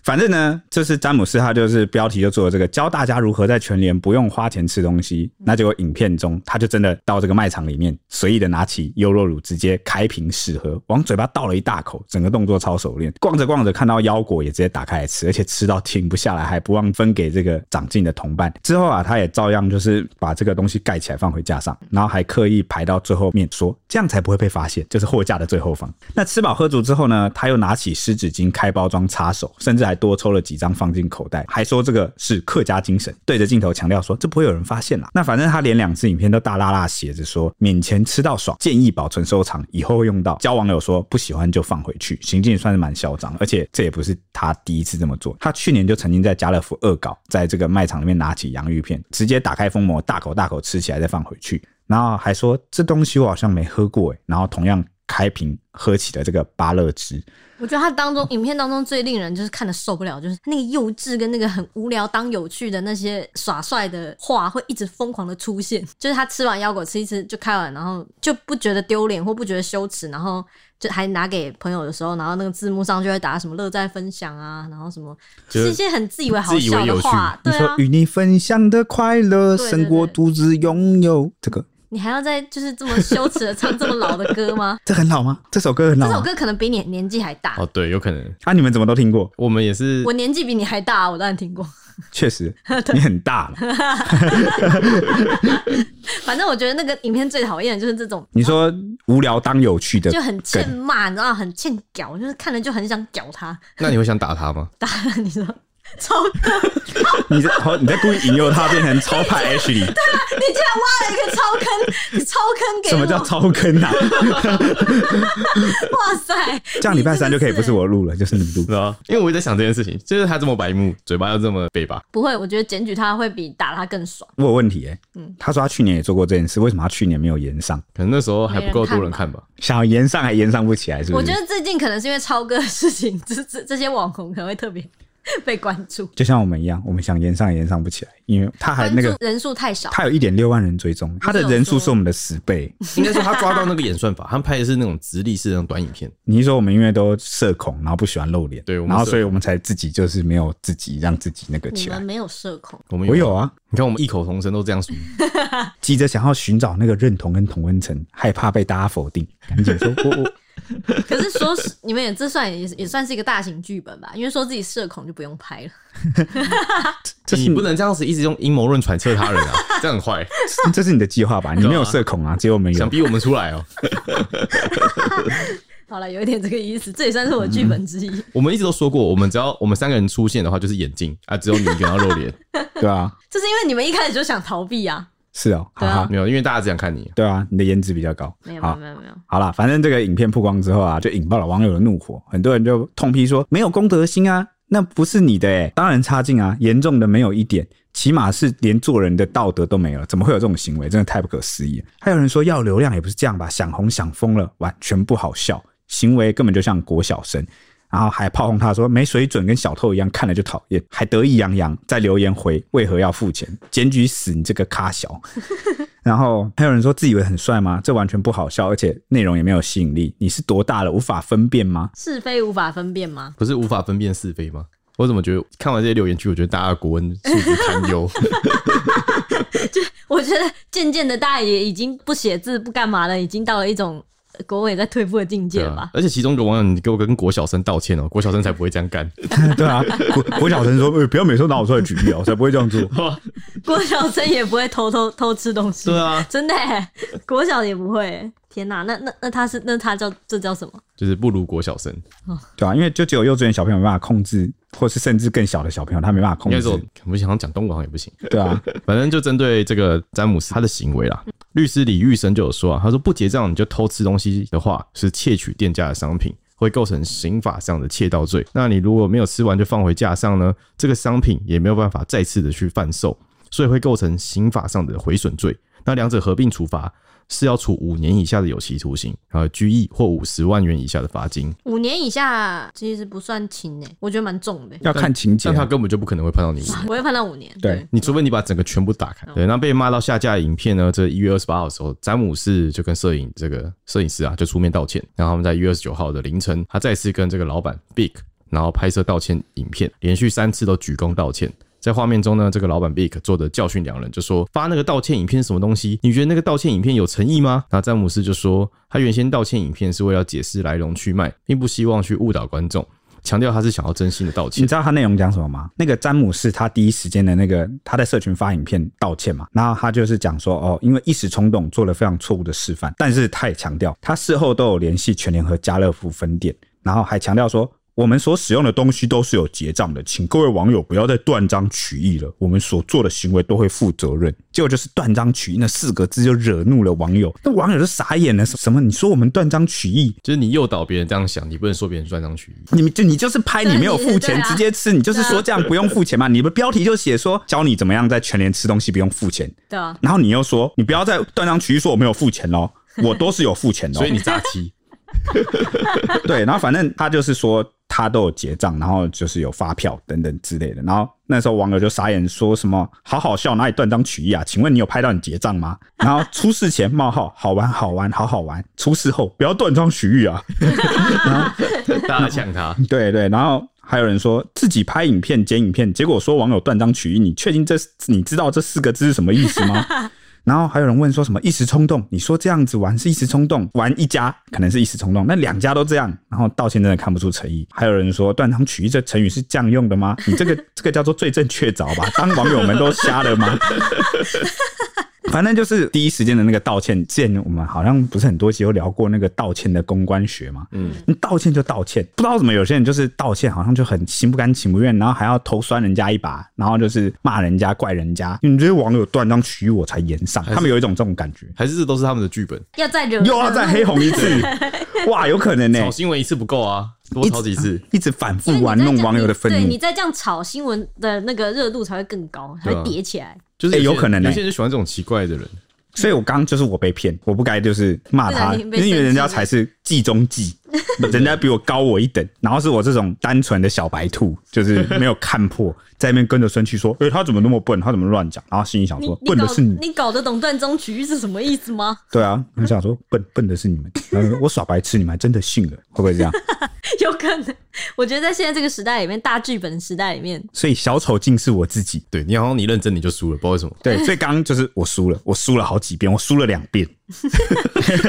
Speaker 2: 反正呢，这是詹姆斯，他就是标题就做了这个，教大家如何在全联不用花钱吃东西。那结果影片中，他就真的到这个卖场里面，随意的拿起优酪乳，直接开瓶试喝，往嘴巴倒了一大口，整个动作超熟练。逛着逛着，看到腰果也直接打开来吃，而且吃到停不下来，还不忘分给这个长进的同伴。之后啊，他也照样就是把这个东西盖起来放回架上，然后还刻意排到最后面说，这样才不会被发现，就是货架的最后方。那吃饱喝足之后呢，他又拿起湿纸巾开包装擦手，甚至还多抽了几张放进口袋，还说这个是客家精神，对着镜头强调说这不会有人发现啦。那反正他连两次影片都大拉拉写着说免钱吃到爽，建议保存收藏，以后会用到。交网友说不喜欢就放回去，行径算是蛮嚣张，而且这也不是他第一次这么做。他去年就曾经在家乐福恶搞，在这个卖场里面拿起洋芋片，直接打开封膜，大口大口吃起来再放回去。然后还说这东西我好像没喝过诶，然后同样开瓶喝起了这个芭乐汁，
Speaker 3: 我觉得他当中影片当中最令人就是看的受不了，就是那个幼稚跟那个很无聊当有趣的那些耍帅的话会一直疯狂的出现。就是他吃完腰果吃一吃就开完，然后就不觉得丢脸或不觉得羞耻，然后就还拿给朋友的时候，然后那个字幕上就会打什么乐在分享啊，然后什么
Speaker 4: 就是
Speaker 3: 一些很自以为好
Speaker 4: 自以
Speaker 3: 笑
Speaker 4: 为
Speaker 3: 的
Speaker 4: 有趣
Speaker 3: 话，
Speaker 2: 你
Speaker 3: 对
Speaker 2: 说
Speaker 3: 啊，
Speaker 2: 与你分享的快乐
Speaker 3: 对对
Speaker 2: 胜过
Speaker 3: 对
Speaker 2: 独自拥有，这个？
Speaker 3: 你还要再就是这么羞耻的唱这么老的歌吗
Speaker 2: 这很老吗？这首歌很
Speaker 3: 这
Speaker 2: 老
Speaker 3: 首
Speaker 2: 吗？
Speaker 3: 歌可能比你年纪还大
Speaker 4: 哦，，对，有可能
Speaker 2: 啊，你们怎么都听 过？
Speaker 4: 我们也是
Speaker 3: 我年纪比你还大，我当然听过。
Speaker 2: 确实，你很大了。
Speaker 3: 反正我觉得那个影片最讨厌的就是这种
Speaker 2: 你说无聊当有趣的
Speaker 3: 就很欠
Speaker 2: 梗
Speaker 3: 骂，你知道吗，很欠屌，就是看了就很想屌他。
Speaker 4: 那你会想打他吗？
Speaker 3: 打了你说 超，
Speaker 2: 你在好你在故意引诱他变成超 派 H 里，
Speaker 3: 你竟然挖了一个超坑，超坑给我！
Speaker 2: 什么叫 超坑啊？
Speaker 3: 哇塞？
Speaker 2: 这样礼拜三就可以不是
Speaker 3: 我，
Speaker 2: 我录了，就是你录。
Speaker 4: 对啊，因为我一直在想这件事情，就是他这么白目，嘴巴又这么背吧，
Speaker 3: 不会，我觉得检举他会比打他更爽。
Speaker 2: 我有问题哎、
Speaker 3: 嗯
Speaker 2: 他说他去年也做过这件事，为什么他去年没有延上？
Speaker 4: 可能那时候还不够多人看吧。
Speaker 2: 想要延上还延上不起来，是不
Speaker 3: 我
Speaker 2: 是
Speaker 3: 觉？得最近可能是因为超哥的事情，这这这些网红可能会特别 被关注，
Speaker 2: 就像我们一样，我们想延上也延上不起来，因为他还
Speaker 3: 关
Speaker 2: 那个
Speaker 3: 注人数太少。
Speaker 2: 他有一点六万人追踪，他的人数是我们的十倍。
Speaker 4: 应该说他抓到那个演 算法，他们拍的是那种直立式的那种短影片，
Speaker 2: 你是说我们因为都社恐，然后不喜欢露脸，
Speaker 4: 对我们
Speaker 2: 然后
Speaker 4: 社
Speaker 2: 所以我们才自己就是没有自己让自己那个
Speaker 3: 你
Speaker 2: 起
Speaker 3: 们
Speaker 2: 来。
Speaker 3: 没有社恐，
Speaker 4: 我们
Speaker 2: 我有，啊，
Speaker 4: 你看我们异口同声都这样说，
Speaker 2: 急着想要寻找那个认同跟同温层，害怕被大家否定，赶紧说，我 我
Speaker 3: 可是说是 你们也这算也也算是一个大型剧本吧？因为说自己社恐就不用拍了。
Speaker 2: 这是
Speaker 4: 你不能这样子一直用阴谋论揣测他人啊，这样很坏，
Speaker 2: 这是你的计划吧？你没有社恐啊，结果我们有
Speaker 4: 想。逼我们出来哦。
Speaker 3: 好了，有一点这个意思，这也算是我剧本之一。
Speaker 4: 我们一直都说过，我们只要我们三个人出现的话，就是眼镜啊，只有你一个人要露 脸，
Speaker 2: 对啊，
Speaker 3: 这是因为你们一 开始就想逃避啊。
Speaker 2: 是哦，哈
Speaker 3: 对啊
Speaker 2: 哈，
Speaker 4: 没有，因为大家只想看你。
Speaker 2: 对啊，你的颜值比较高，
Speaker 3: 没有没有
Speaker 2: 好。
Speaker 3: 没有没有，
Speaker 2: 好啦，反正这个影片曝光之后啊，就引爆了网友的怒火，很多人就痛批说没有公德心啊，那不是你的哎、当然差劲啊，严重的没有一点，起码是连做人的道德都没有，怎么会有这种行为？真的太不可思议了。还有人说要流量也不是这样吧，想红想疯了，完全不好笑，行为根本就像国小生。然后还炮轰他说没水准，跟小偷一样，看了就讨厌，还得意洋洋在留言回为何要付钱，检举死你这个咖小。然后还有人说自以为很帅吗？这完全不好笑，而且内容也没有吸引力。你是多大了，无法分辨吗？
Speaker 3: 是非无法分辨吗？
Speaker 4: 不是无法分辨是非吗？我怎么觉得看完这些留言区，我觉得大家的国文素质堪忧。
Speaker 3: 我觉得渐渐的，大家也已经不写字不干嘛了，已经到了一种呃国文也在退步的境界
Speaker 4: 对
Speaker 3: 了
Speaker 4: 啊
Speaker 3: 吧，。
Speaker 4: 而且其中一个网友，你给我跟国小生道歉哦，国小生才不会这样干。
Speaker 2: 对啊，国国小生说、欸、不要每次都拿我出来举例哦，我 才不会这样做。
Speaker 3: 国小生也不会偷偷偷吃东西，
Speaker 4: 对啊，
Speaker 3: 真的耶、国小也不会耶、天哪，那那那他是那他叫这叫什么？
Speaker 4: 就是不如国小生，
Speaker 2: 对啊，因为就只有幼稚园小朋友没办法控制，或是甚至更小的小朋友他没办法
Speaker 4: 应
Speaker 2: 控
Speaker 4: 该
Speaker 2: 制
Speaker 4: 是。我我想要讲东莞好像也不行。
Speaker 2: 对 啊，
Speaker 4: 反正就针对这个詹姆斯他的行为啦，律师李玉生就有说啊，他说不结账你就偷吃东西的话，是窃取店家的商品。会构成刑法上的窃盗罪。那你如果没有吃完就放回架上呢，这个商品也没有办法再次的去贩售，所以会构成刑法上的毁损罪。那两者合并处罚是要处五年以下的有期徒刑，呃，拘役或五十万元以下的罚金。
Speaker 3: 五年以下其实不算轻诶、我觉得蛮重的、欸
Speaker 2: 要看情节
Speaker 4: 但
Speaker 2: 啊、
Speaker 4: 他根本就不可能会判到你五年。
Speaker 3: 我会判到五年。
Speaker 2: 对，
Speaker 4: 你除非你把整个全部打开。对，那被骂到下架的影片呢？这一月二十八号的时候，詹姆士就跟摄影这个摄影师啊，就出面道歉。然后他们在一月二十九号的凌晨，他再次跟这个老板 Big，然后拍摄道歉影片，连续三次都鞠躬道歉。在画面中呢，这个老板 Big 做的教训两人，就说发那个道歉影片是什么东西？你觉得那个道歉影片有诚意吗？那詹姆斯就说，他原先道歉影片是为了解释来龙去脉，并不希望去误导观众，强调他是想要真心的道
Speaker 2: 你
Speaker 4: 歉。
Speaker 2: 知道他内容讲什么吗？那个詹姆士他第一时间的那个他在社群发影片道歉嘛，然后他就是讲说哦，因为一时冲动做了非常错误的示范，但是他也强调他事后都有联系全联和家乐福分店，然后还强调说。我们所使用的东西都是有结账的，请各位网友不要再断章取义了。我们所做的行为都会负责任。结果就是“断章取义”那四个字就惹怒了网友，那网友就傻眼了。什什么？你说我们断章取义？
Speaker 4: 就是你诱导别人这样想，你不能说别人断章取义。
Speaker 2: 你们就你就是拍你没有付
Speaker 3: 对
Speaker 2: 钱
Speaker 3: 啊
Speaker 2: 直接吃，你就是说这样不用付钱嘛？你的标题就写说教你怎么样在全联吃东西不用付钱，
Speaker 3: 对啊，
Speaker 2: 然后你又说你不要再断章取义说我没有付钱 喽，我都是有付钱的哦。
Speaker 4: 所以你诈欺。
Speaker 2: 对，然后反正他就是说他都有结账，然后就是有发票等等之类的。然后那时候网友就傻眼，说什么好好笑，哪里断章取义啊？请问你有拍到你结账吗？然后出事前冒号好玩好玩好好玩，出事后不要断章取义啊。
Speaker 4: 大家抢他，
Speaker 2: 对对，然后还有人说自己拍影片、剪影片，结果说网友断章取义，你确定这你知道这四个字是什么意思吗？然后还有人问说什么一时冲动，你说这样子玩是一时冲动，玩一家可能是一时冲动，那两家都这样，然后道歉真的看不出诚意。还有人说断章取义这成语是这样用的吗？你这个这个叫做罪证确凿吧？当网友们都瞎了吗？ 反正就是第一时间的那个道歉，之前我们好像不是很多集有聊过那个道歉的公关学嘛，嗯，你道歉就道歉，不知道怎么有些人就是道歉好像就很心不甘情不愿，然后还要头酸人家一把，然后就是骂人家怪人家，你这些网友断章取义我才言上，他们有一种这种感觉，
Speaker 4: 还是这都是他们的剧本？
Speaker 3: 要再惹
Speaker 2: 又要再黑红一次，
Speaker 3: 嗯
Speaker 2: 哇，有可能呢、
Speaker 4: 炒新闻一次不够啊，多炒几次。
Speaker 2: 一直反
Speaker 3: 因为
Speaker 2: 复
Speaker 3: 你
Speaker 2: 玩
Speaker 3: 再
Speaker 2: 弄
Speaker 3: 这样
Speaker 2: 网友的愤
Speaker 3: 对
Speaker 2: 怒
Speaker 3: 你，再这样炒新闻的那个热度才会更高，才
Speaker 4: 对啊
Speaker 3: 会叠起来。
Speaker 4: 就是
Speaker 2: 哎
Speaker 4: 些
Speaker 2: 有可能欸
Speaker 4: 有些人就喜欢这种奇怪的人。
Speaker 2: 所以我刚刚就是我被骗，我不该就是骂他，
Speaker 3: 不然啊你
Speaker 2: 因
Speaker 3: 被生气
Speaker 2: 为人家才是计中计，人家比我高我一等， 然后是我这种单纯的小白兔，就是没有看破，在那边跟着生气说，诶、他怎么那么笨，他怎么乱讲，然后心里想
Speaker 3: 你
Speaker 2: 说，
Speaker 3: 你
Speaker 2: 笨的
Speaker 3: 搞
Speaker 2: 是你，
Speaker 3: 你搞得懂断章取义是什么意思吗？
Speaker 2: 对啊，我想说笨笨的是你们， 然后我耍白痴，你们还真的信了，会不会这样？
Speaker 3: 有可能，我觉得在现在这个时代里面，大剧本时代里面，
Speaker 2: 所以小丑竟是我自己，
Speaker 4: 对你好像你认真你就输了，不知道为什么。
Speaker 2: 对，所以刚刚就是我输了，我输了好几遍，我输了两遍，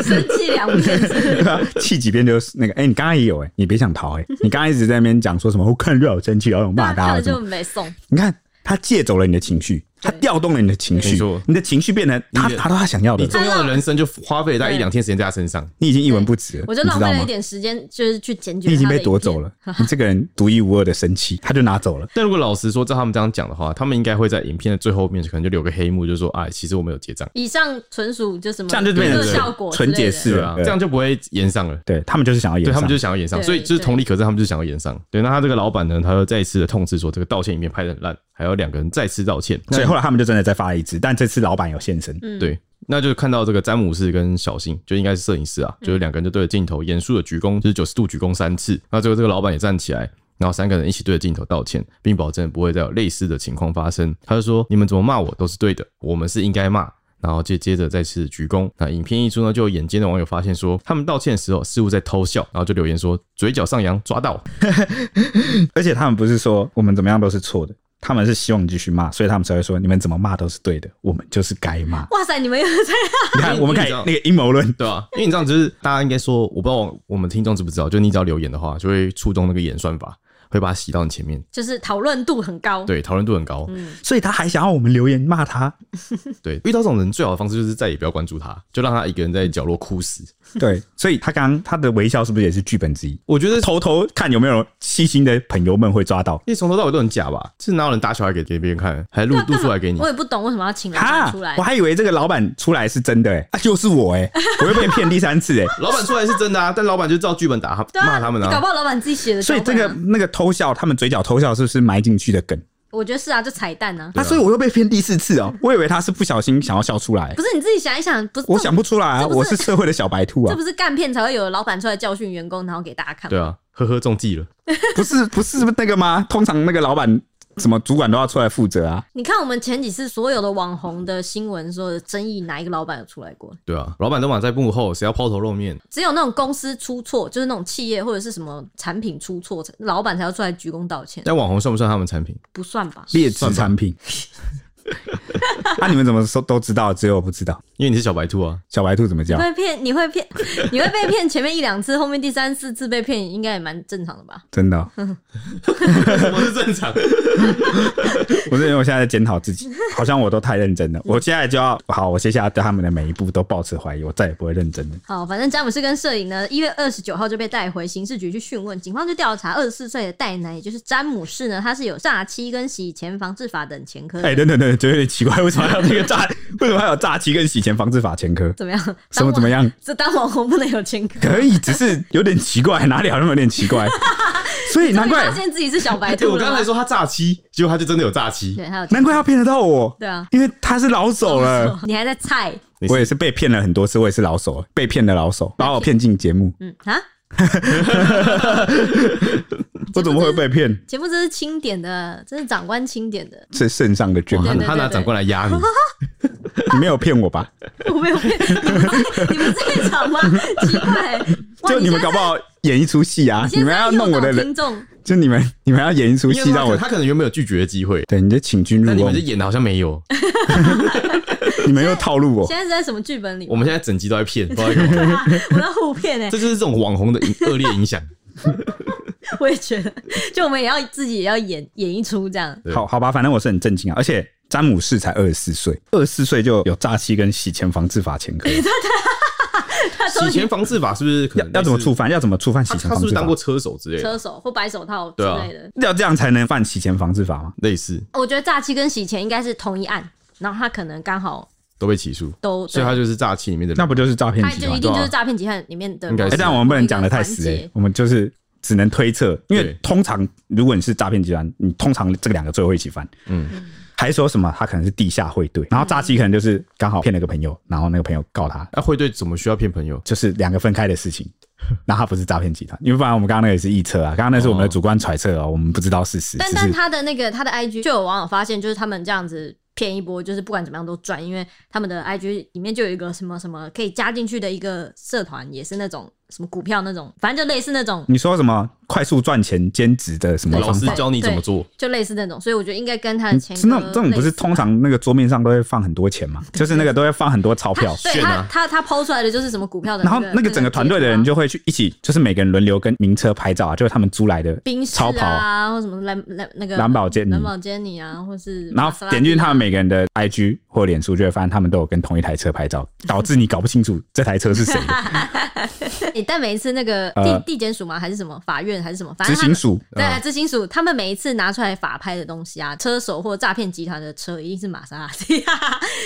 Speaker 3: 生 气两遍是不是
Speaker 2: 对啊，气几遍就是那个，哎、你刚刚也有哎、你别想逃哎、你刚刚一直在那边讲说什么，我看热好生气，然后 骂
Speaker 3: 那
Speaker 2: 他
Speaker 3: 看了
Speaker 2: 或什么
Speaker 3: 就。没送。
Speaker 2: 你看，他借走了你的情绪，他调动了你的情
Speaker 4: 没
Speaker 2: 绪
Speaker 4: 错，
Speaker 2: 你的情绪变成他
Speaker 4: 你的
Speaker 2: 达到他想要
Speaker 4: 你
Speaker 2: 的，
Speaker 4: 重要的人生就花费了
Speaker 2: 嗯
Speaker 4: 大概一两天时间在他身上，
Speaker 2: 你已经一文不值了，
Speaker 3: 我就
Speaker 2: 你
Speaker 3: 浪
Speaker 2: 知道
Speaker 3: 费了一
Speaker 2: 吗？
Speaker 3: 点时间，就是去检举。
Speaker 2: 你已经被夺走。了，你这个人独一无二的神奇，他就拿走了。
Speaker 4: 但如果老实说，照他们这样讲的话，他们应该会在影片的最后面可能就留个黑幕，就说：“哎，其实我没有结账。
Speaker 3: 以上纯属就什么
Speaker 2: 这样就变成
Speaker 3: 娱乐效果
Speaker 2: 纯
Speaker 3: 之类的
Speaker 2: 解”释
Speaker 4: 对啊，
Speaker 2: 对
Speaker 4: 这样就不会延上了。
Speaker 2: 对他们就是想要演
Speaker 4: 对他
Speaker 2: 上，
Speaker 4: 们就是想要延上，
Speaker 3: 对
Speaker 4: 所以就是
Speaker 3: 对。
Speaker 4: 同理可证，他们就是想要延上。对，那他这个老板呢，他又再一次的痛斥说，这个道歉影片拍的很烂，还有两个人再次道歉。
Speaker 2: 所以后来他们就真的再发了一支，但这次老板有现身，
Speaker 4: 对，那就看到这个詹姆士跟小新，就应该是摄影师啊，就是两个人就对着镜头严肃的鞠躬，就是九十度鞠躬三次。那最后这个老板也站起来，然后三个人一起对着镜头道歉，并保证不会再有类似的情况发生。他就说：“你们怎么骂我都是对的，我们是应该骂。”然后接接着再次鞠躬。那影片一出呢，就有眼尖的网友发现说，他们道歉的时候似乎在偷笑，然后就留言说嘴角上扬，抓到。
Speaker 2: 而且他们不是说我们怎么样都是错的。他们是希望你继续骂，所以他们才会说你们怎么骂都是对的，我们就是该骂
Speaker 3: 哇塞，你们又在
Speaker 2: 你看，我们看
Speaker 4: 你知道
Speaker 2: 那个阴谋论，
Speaker 4: 对啊，因为你知道，就是大家应该说，我不知道我们听众知不知道，就你只要留言的话，就会触动那个演算法。会把它洗到你前面。
Speaker 3: 就是讨论度很高。
Speaker 4: 对，讨论度很高。
Speaker 3: 嗯
Speaker 2: 所以他还想要我们留言骂他。
Speaker 4: 对，遇到这种人，最好的方式就是再也不要关注他，就让他一个人在角落哭死。
Speaker 2: 对，所以他刚刚他的微笑是不是也是剧本之一？
Speaker 4: 我觉得，
Speaker 2: 偷偷看有没有细心的朋友们会抓到。
Speaker 4: 因为从头到尾都很假吧？是哪有人打小孩给给别人看，还
Speaker 3: 啊
Speaker 4: 录录出来给你
Speaker 3: 我？也不懂为什么要请人
Speaker 2: 哈
Speaker 3: 出来，
Speaker 2: 我。还以为这个老板出来是真的哎、啊，就是我哎、我又被骗第三次哎、
Speaker 4: 老板出来是真的啊，但老板就照剧本打
Speaker 3: 对
Speaker 4: 他，
Speaker 3: 啊
Speaker 4: 骂他们
Speaker 3: 你搞
Speaker 4: 啊
Speaker 3: 不。好老板自己写的
Speaker 2: 所
Speaker 3: 脚
Speaker 2: 以
Speaker 3: 本啊。
Speaker 2: 这个那个偷笑，他们嘴角偷笑是不是埋进去的梗？
Speaker 3: 我觉得是啊，就彩蛋啊。
Speaker 2: 啊，所以我又被骗第四次哦、我以为他是不小心想要笑出来
Speaker 3: 不，是你自己想一想，不是
Speaker 2: 我
Speaker 3: 这
Speaker 2: 想不出来啊，
Speaker 3: 这不是
Speaker 2: 我是社会的小白兔
Speaker 3: 这
Speaker 2: 啊，
Speaker 3: 不是干片才会有老板出来教训员工，然后给大家看吗。
Speaker 4: 对啊，呵呵，中计了。
Speaker 2: 不是不是那个吗？通常那个老板什么主管都要出来负责啊，
Speaker 3: 你看我们前几次所有的网红的新闻，所有的争议，哪一个老板有出来过？
Speaker 4: 对啊，老板都满在幕后，谁要抛头露面？
Speaker 3: 只有那种公司出错，就是那种企业或者是什么产品出错，老板才要出来鞠躬道歉，
Speaker 4: 但网红算不算他们产品？
Speaker 3: 不算吧？
Speaker 2: 劣质产品。啊，你们怎么说都知道，只有我不知道。
Speaker 4: 因为你是小白兔 啊，
Speaker 2: 小白兔怎么叫
Speaker 3: 你？会骗，你会骗， 你会被骗前面一两次，后面第三四次被骗，应该也蛮正常的吧？
Speaker 2: 真的哦、
Speaker 4: 什么是正常？
Speaker 2: 我是因为我现在在检讨自己，好像我都太认真了。我现在就要好，我接下来对他们的每一步都保持怀疑，我再也不会认真了。
Speaker 3: 好，反正詹姆斯跟摄影呢，一月二十九号就被带回刑事局去讯问，警方就调查二十四岁的戴男，也就是詹姆士呢，他是有诈欺跟洗钱防治法等前科的。
Speaker 2: 哎、等等等等，觉得有点奇怪，为什么还有这个诈？为什么还有诈欺跟洗钱防治法前科？
Speaker 3: 怎么样？
Speaker 2: 什么怎么
Speaker 3: 样？
Speaker 2: 样？
Speaker 3: 这当网红不能有前科。
Speaker 2: 可以，只是有点奇怪，哪里好像有点奇怪，所以难怪
Speaker 3: 发现自己是小白
Speaker 4: 对，
Speaker 3: 兔
Speaker 4: 我
Speaker 3: 了
Speaker 4: 刚
Speaker 3: 吗
Speaker 4: 才？说他诈欺，结果他就真的有诈欺。
Speaker 3: 对，还有前
Speaker 2: 难怪他骗得到我，
Speaker 3: 对啊，
Speaker 2: 因为他是老手 了。
Speaker 3: 你还在菜？
Speaker 4: 你是
Speaker 2: 我也是被骗了很多次，我也是老手，被骗的老手，把我骗进节目，
Speaker 3: 嗯 啊，
Speaker 2: 我怎么会被骗？
Speaker 3: 节目这是清点的，这是长官清点的，
Speaker 2: 是肾上的卷
Speaker 4: 哇，他
Speaker 3: 对
Speaker 2: 吗？
Speaker 3: 对
Speaker 4: 他拿
Speaker 3: 对
Speaker 4: 长官来压你，
Speaker 2: 你没有骗我吧？
Speaker 3: 我没有骗你们在，你们在场吗？奇怪，欸哇
Speaker 2: 就你们搞不好演一出戏啊！
Speaker 3: 现在
Speaker 2: 你们要弄我的
Speaker 3: 诱导
Speaker 2: 人
Speaker 3: 听，众，
Speaker 2: 就你们你们要演一出
Speaker 4: 因为
Speaker 2: 戏
Speaker 4: 他
Speaker 2: 让我
Speaker 4: 可他可能原本有拒绝的机会，
Speaker 2: 对你就请君入
Speaker 4: 但你
Speaker 2: 瓮
Speaker 4: 们
Speaker 3: 哦
Speaker 4: 就，演的好像没有。
Speaker 2: 你们又套路我
Speaker 3: 现。在是在什么剧本里？
Speaker 4: 我们现在整集都在骗，不知道在干嘛
Speaker 3: 我在互骗哎
Speaker 4: 这，就是这种网红的影恶劣 影响。
Speaker 3: 我也觉得， 就我们也要自己也要演演一出这样。
Speaker 4: 对
Speaker 2: 好好吧，反正我是很震惊啊，而且詹姆士才二十四岁，二十四岁就有诈欺跟洗钱防治法前 科，
Speaker 4: 洗钱防治法是不是可
Speaker 2: 要
Speaker 4: 能
Speaker 2: 要怎么
Speaker 4: 类似
Speaker 2: 触？犯？要怎么触犯
Speaker 4: 他
Speaker 2: 洗钱
Speaker 4: 他
Speaker 2: 防
Speaker 4: 是不
Speaker 2: 治
Speaker 4: 是当
Speaker 2: 法
Speaker 4: 过？车手之类的？
Speaker 3: 车手或白手套之
Speaker 4: 对啊
Speaker 3: 类的，
Speaker 2: 要这样才能犯洗钱防治法吗？
Speaker 4: 类似
Speaker 3: 我觉得诈欺跟洗钱应该是同一案，然后他可能刚好
Speaker 4: 都被起诉，
Speaker 3: 都
Speaker 4: 所以他就是诈欺里面的人。
Speaker 2: 那不就是诈骗
Speaker 3: 他
Speaker 2: 集
Speaker 3: 就
Speaker 2: 团
Speaker 3: 一？定就是
Speaker 4: 对啊
Speaker 3: 诈骗集团里面的
Speaker 4: 应该
Speaker 2: 哎、
Speaker 4: 是
Speaker 2: 但我们不能讲的太死哎、
Speaker 3: 一个环节
Speaker 2: 我们就是只能推测，因为
Speaker 4: 对
Speaker 2: 通常如果你是诈骗集团，你通常这两个罪会一起犯。
Speaker 4: 嗯
Speaker 2: 嗯，还说什么他可能是地下汇兑，然后诈欺可能就是刚好骗了个朋友，然后那个朋友告他，
Speaker 4: 那会对怎么需要骗朋友？
Speaker 2: 就是两个分开的事情。那他不是诈骗集团，因为不然我们刚刚那个也是臆测啊，刚刚那是我们的主观揣测啊，我们不知道事实。
Speaker 3: 但
Speaker 2: 只
Speaker 3: 但
Speaker 2: 是
Speaker 3: 他的那个他的 IG 就有网友发现，就是他们这样子骗一波，就是不管怎么样都赚，因为他们的 IG 里面就有一个什么什么可以加进去的一个社团，也是那种什么股票那种，反正就类似那种，
Speaker 2: 你说什么快速赚钱兼职的什么
Speaker 4: 老
Speaker 2: 方
Speaker 4: 师
Speaker 2: 法？
Speaker 4: 教你怎么做，
Speaker 3: 就类似那种，所以我觉得应该跟他的前
Speaker 2: 是那种
Speaker 3: 科
Speaker 2: 这种不
Speaker 3: 类
Speaker 2: 是
Speaker 3: 似
Speaker 2: 通常那个桌面上都会放很多钱嘛？就是那个都会放很多钞票，
Speaker 3: 对
Speaker 4: 炫
Speaker 3: 他
Speaker 4: 啊
Speaker 3: 他他抛出来的就是什么股票的、
Speaker 2: 然后
Speaker 3: 那
Speaker 2: 那个整个团队的人就会去一起，就是每个人轮流跟名车拍照啊，就是他们租来的
Speaker 3: 冰室
Speaker 2: 超跑，
Speaker 3: 啊，或什么蓝蓝那个
Speaker 2: 蓝宝坚尼
Speaker 3: 蓝宝坚尼啊，或是
Speaker 2: 嗯然
Speaker 3: 玛
Speaker 2: 后
Speaker 3: 莎拉蒂
Speaker 2: 点进他们每个人的 IG 或脸书，就会发现他们都有跟同一台车拍照，导致你搞不清楚这台车是谁 的。
Speaker 3: 欸但每一次那个地、
Speaker 2: 呃
Speaker 3: 地检署嘛，还是什么法院还是什么，反
Speaker 2: 执
Speaker 3: 正他
Speaker 2: 行
Speaker 3: 们
Speaker 2: 署呃
Speaker 3: 对啊执行署，他们每一次拿出来法拍的东西啊，车手或诈骗集团的车一定是玛莎拉蒂、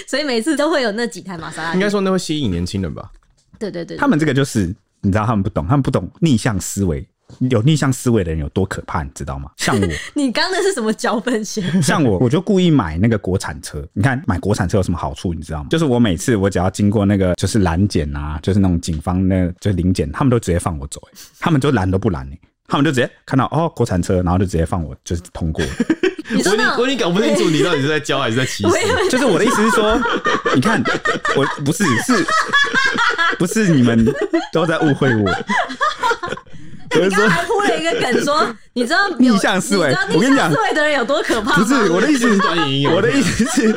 Speaker 3: 所以每次都会有那几台玛莎拉
Speaker 4: 应
Speaker 3: 蒂
Speaker 4: 该。说那会吸引年轻人吧？
Speaker 3: 对对对，
Speaker 2: 他们这个就是你知道他们不懂，他们不懂逆向思维。有逆向思维的人有多可怕，你知道吗？像 我，
Speaker 3: 你刚那是什么脚本写？
Speaker 2: 像我，我就故意买那个国产车。你看买国产车有什么好处，你知道吗？就是我每次我只要经过那个就是拦检啊，就是那种警方那就是临检，他们都直接放我走、欸他们就拦都不拦、欸他们就直接看到哦国产车，然后就直接放我就是通过了。
Speaker 3: 你
Speaker 4: 我
Speaker 3: 说
Speaker 4: 已经
Speaker 3: 那
Speaker 4: 我
Speaker 3: 种
Speaker 4: 已经搞不清楚你到底是在教还是在歧视。
Speaker 2: 就是我的意思是说，你看，我不是是，不是你们都在误会我。
Speaker 3: 你刚才铺了一个梗说，你知道有
Speaker 2: 逆向思维
Speaker 3: 你知道
Speaker 2: 我跟你
Speaker 3: 逆
Speaker 2: 讲
Speaker 3: 向思维的人有多可怕吗？
Speaker 2: 不是我的意思，
Speaker 4: 短 影
Speaker 2: 我的意思 是，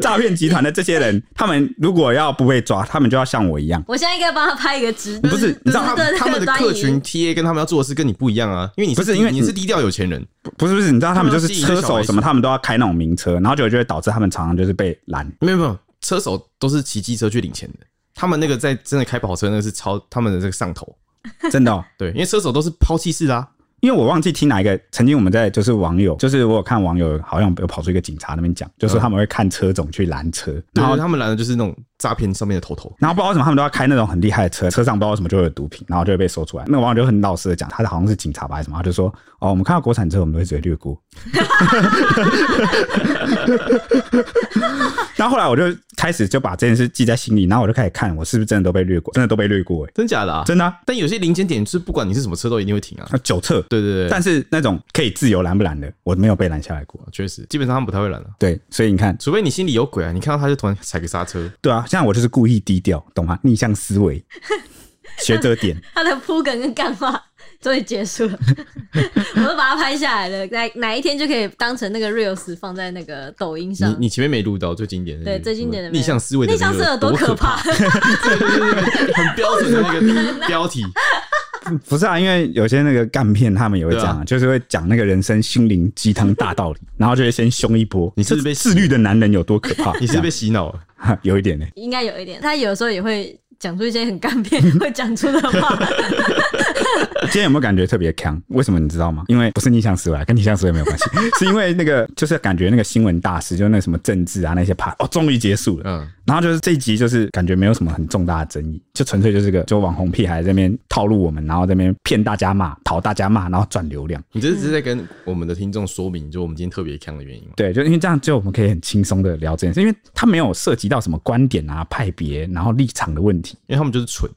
Speaker 2: 诈骗集团的这些人，他们如果要不被抓，他们就要像我一样。
Speaker 3: 我现在应该帮他拍一个直，
Speaker 2: 不是你知道
Speaker 4: 他
Speaker 3: 直的那个
Speaker 4: 他们的
Speaker 3: 端
Speaker 4: 客
Speaker 3: 倪
Speaker 4: 群 TA 跟他们要做的事跟你不一样啊，因为你
Speaker 2: 不是
Speaker 4: 低
Speaker 2: 因为
Speaker 4: 你是低调有钱人，
Speaker 2: 不不是不是，你知道他们就是
Speaker 4: 他
Speaker 2: 车
Speaker 4: 们要吸引一些小
Speaker 2: 手
Speaker 4: 孩
Speaker 2: 什么，他们都要开那种名车，然后就就会导致他们常常就是被拦。
Speaker 4: 没有没有，车手都是骑机车去领钱的，他们那个在真的开跑车那个是超他们的这个上头，
Speaker 2: 真的、哦，
Speaker 4: 对，因为车手都是抛弃式的啊，
Speaker 2: 因为我忘记听哪一个，曾经我们在就是网友，就是我有看网友好像有跑出一个警察那边讲，就嗯说他们会看车种去拦车，然
Speaker 4: 然
Speaker 2: 后
Speaker 4: 后他们拦的就是那种诈骗上面的头头，
Speaker 2: 然后不知道为什么他们都要开那种很厉害的车，车上不知道为什么就会有毒品，然后就会被搜出来。那个网友就很老实的讲，他好像是警察吧还是什么，他就说哦，我们看到国产车我们都会直接略过。 然后后来我就开始就把这件事记在心里，然后我就开始看我是不是真的都被略过，真的都被略过、欸，
Speaker 4: 真假的啊？
Speaker 2: 真的、啊，
Speaker 4: 但有些零检点是不管你是什么车都一定会停啊，
Speaker 2: 啊九测。
Speaker 4: 对对对，
Speaker 2: 但是那种可以自由拦不拦的，我没有被拦下来过。
Speaker 4: 确实基本上他们不太会拦啊，
Speaker 2: 对，所以你看，
Speaker 4: 除非你心里有鬼啊，你看到他就突然踩个刹车，
Speaker 2: 对啊，像我就是故意低调，懂吗？逆向思维， 学着点。
Speaker 3: 他的铺梗跟干话 终于结束 了，我都把它拍下来了，哪哪一天就可以当成那个 reels 放在那个抖音
Speaker 4: 你
Speaker 3: 上。
Speaker 4: 你前面没录到最经典的那个，
Speaker 3: 对最经典的没有
Speaker 4: 逆向思维的
Speaker 3: 内
Speaker 4: 那
Speaker 3: 向
Speaker 4: 个
Speaker 3: 是有多
Speaker 4: 可
Speaker 3: 可怕？
Speaker 4: 很标准的那个 标题，
Speaker 2: 不是啊，因为有些那个干片他们也会这样啊，就是会讲那个人生心灵鸡汤大道 理，然后就会先凶一波。
Speaker 4: 你是不是被
Speaker 2: 这自律的男人有多可怕？
Speaker 4: 你是 不是被
Speaker 2: 这
Speaker 4: 洗脑了？
Speaker 2: 样有一点呢、
Speaker 3: 应该有一点，他有时候也会讲出一些很干片 会讲出的话。
Speaker 2: 今天有没有感觉特别强？为什么你知道吗？因为不是逆向思维啊，跟逆向思维没有 关系，是因为那个就是感觉那个新闻大事，就是那什么政治啊那些怕哦，终于结束了。
Speaker 4: 嗯，
Speaker 2: 然后就是这一集就是感觉没有什么很重大的争议，就纯粹就是个就网红屁孩这边套路我们，然后这边骗大家骂，讨大家骂，然后赚流量。
Speaker 4: 你这是在跟我们的听众说明，就我们今天特别强的原因吗？
Speaker 2: 对，就因为这样，就我们可以很轻松的聊这件事，因为他没有涉及到什么观点啊、派别，然后立场的问题，
Speaker 4: 因为他们就是蠢，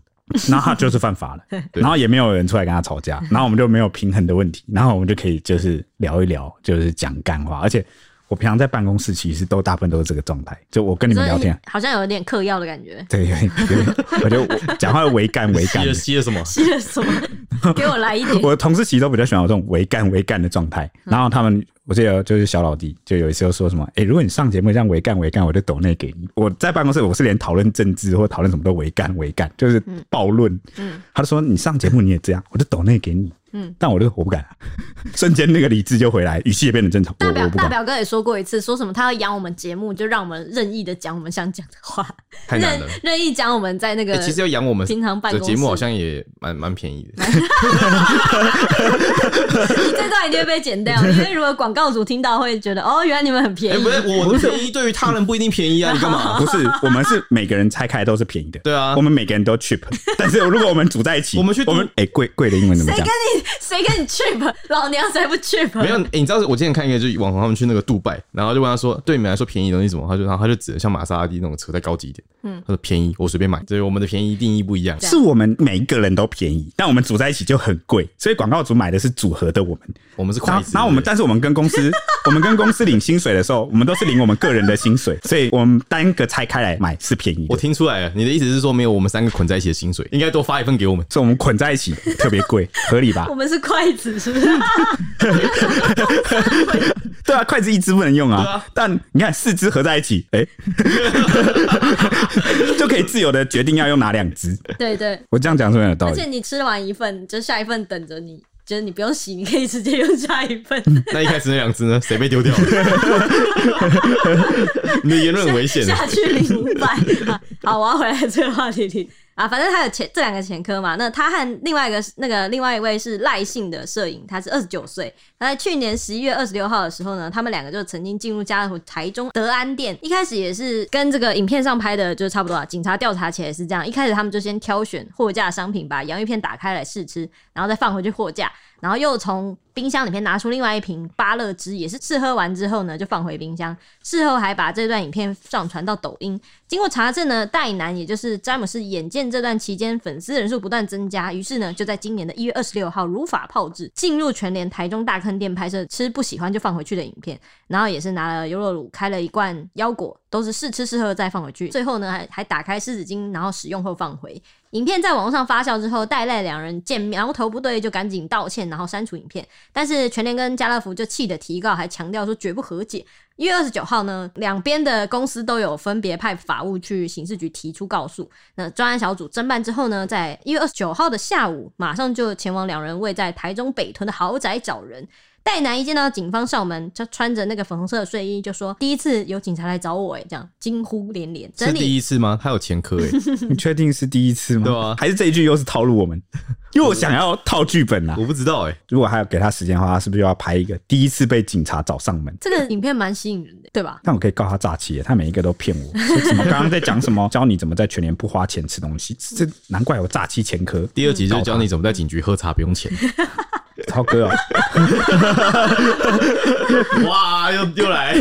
Speaker 2: 然后他就是犯法了，
Speaker 4: 对
Speaker 2: 然后也没有人出来跟他吵架，然后我们就没有平衡的问题，然后我们就可以就是聊一聊，就是讲干话，而且。我平常在办公室其实都大部分都是这个状态，就我跟 你们聊天，啊
Speaker 3: 好像有点嗑药的感觉，
Speaker 2: 对，有点有点，我就我讲话为干为干 的
Speaker 4: 吸了，吸了什 么？
Speaker 3: 吸了什么？给我来一 点。
Speaker 2: 我的同事其实都比较喜欢我这种为干为干的状态。
Speaker 3: 嗯
Speaker 2: 然后他们，我记得就是小老弟，就有一次就说什么：“哎、如果你上节目这样为干为干，我就抖内给你。”我在办公室，我是连讨论政治或讨论什么都为干为干，就是
Speaker 3: 嗯
Speaker 2: 暴论。他就说：“你上节目你也这样，我就抖内给你。”
Speaker 3: 嗯
Speaker 2: 但我就我不敢、啊， 瞬间那个理智就回来，语气也变得正常。我
Speaker 3: 大表
Speaker 2: 我不
Speaker 3: 大
Speaker 2: 敢，
Speaker 3: 表哥也说过一次，说什么他要养我们节目，就让我们任意的讲我们想讲的话，
Speaker 4: 太难了。
Speaker 3: 任意讲我们在那个、
Speaker 2: 哎
Speaker 4: 欸其实要养我们
Speaker 3: 平常办
Speaker 4: 的
Speaker 3: 公
Speaker 4: 节目
Speaker 3: 室
Speaker 4: 好像也蛮蛮便宜的，
Speaker 3: 你这段一定会被剪 掉，因为如果广告主听到会觉得哦，原来你们很
Speaker 4: 哎、
Speaker 3: 便 宜
Speaker 4: 不。是我的便宜，对于他人不一定便宜啊，你干 嘛？
Speaker 2: 不是我们是每个人拆开都是便宜的。
Speaker 4: 对啊
Speaker 2: 我们每个人都 cheap，但是如果我们组在一起，
Speaker 4: 我们去
Speaker 2: 我们哎贵贵的英文怎么
Speaker 3: 谁
Speaker 2: 讲
Speaker 3: 跟？你谁跟你 trip？老娘才不 trip！
Speaker 4: 没有，欸你知道我之前看一个就是网红他们去那个杜拜，然后就问他说，对你们来说便宜的东西是什么？他就然后他就指的像玛莎拉蒂那种车再高级一点，嗯，他说便宜，我随便买，所以我们的便宜定义不一样。
Speaker 2: 是我们每一个人都便宜，但我们组在一起就很贵，所以广告主买的是组合的我们。
Speaker 4: 我们是
Speaker 2: 然
Speaker 4: 筷
Speaker 2: 后
Speaker 4: 子，，
Speaker 2: 然后我们，但是我们跟公 司，我们跟公司领薪水的时候，我们都是领我们个人的薪 水，所以我们单个拆开来买是便宜
Speaker 4: 我
Speaker 2: 的，
Speaker 4: 听出来了，你的意思是说没有我们三个捆在一起的薪水，应该多发一份给 我们。
Speaker 2: 所以我们捆在一起特别 贵，合理吧
Speaker 3: 我？们是筷子，是不是？
Speaker 2: 对啊，筷子一只不能用啊，
Speaker 4: 对啊
Speaker 2: 但你看四只合在一起，哎、 就可以自由的决定要用哪两只。
Speaker 3: 对对，
Speaker 2: 我这样讲是不是很有道
Speaker 3: 而
Speaker 2: 理
Speaker 3: 且？你吃完一份，就下一份等着你，就是你不用洗，你可以直接用下一份。
Speaker 4: 那一开始那两只呢？谁被丢 掉了？ 你的言论很危险。
Speaker 3: 下去领五百。好，我要回来这个话题里啊，反正他有前这两个前科嘛。那他和另外一个那个另外一位是赖姓的摄影，他是二十九岁。他在去年十一月二十六号的时候呢，他们两个就曾经进入家乐福台中德安店，一开始也是跟这个影片上拍的就差不多啊。警察调查起来也是这样，一开始他们就先挑选货架商品，把洋芋片打开来试吃，然后再放回去货架。然后又从冰箱里面拿出另外一瓶芭乐汁，也是试喝完之后呢，就放回冰箱。事后还把这段影片上传到抖音。经过查证呢，戴南也就是詹姆斯眼见这段期间粉丝人数不断增加，于是呢，就在今年的一月二十六号如法炮制，进入全联台中大坑店拍摄吃不喜欢就放回去的影片，然后也是拿了优乐乳开了一罐腰果。都是试吃试喝再放回去，最后呢还还打开湿纸巾，然后使用后放回。影片在网络上发酵之后，戴赖两人见苗头不对就赶紧道歉，然后删除影片。但是全联跟家乐福就气得提告，还强调说绝不和解。一月二十九号呢，两边的公司都有分别派法务去刑事局提出告诉。那专案小组侦办之后呢，在一月二十九号的下午，马上就前往两人位在台中北屯的豪宅找人。戴南一见到警方哨门，就穿着那个粉红色的睡衣，就说：“第一次有警察来找我、欸，哎，这样惊呼连连。”
Speaker 4: 是
Speaker 3: 整理
Speaker 4: 第一次吗？他有前科哎、
Speaker 2: 你确定是第一次吗？
Speaker 4: 对啊
Speaker 2: 还是这一句又是套路我们？因为我想要套剧本啊。
Speaker 4: 我不知道哎、
Speaker 2: 如果还有给他时间的话，他是不是又要拍一个第一次被警察找上门？
Speaker 3: 这个影片蛮吸引人的，对吧？
Speaker 2: 但我可以告他诈欺耶，他每一个都骗我，说什么刚刚在讲什么，教你怎么在全年不花钱吃东西，这难怪我诈欺前科。
Speaker 4: 第二集就是教你怎么在警局喝茶不用钱。
Speaker 2: 超哥啊，
Speaker 4: 哇，又又来，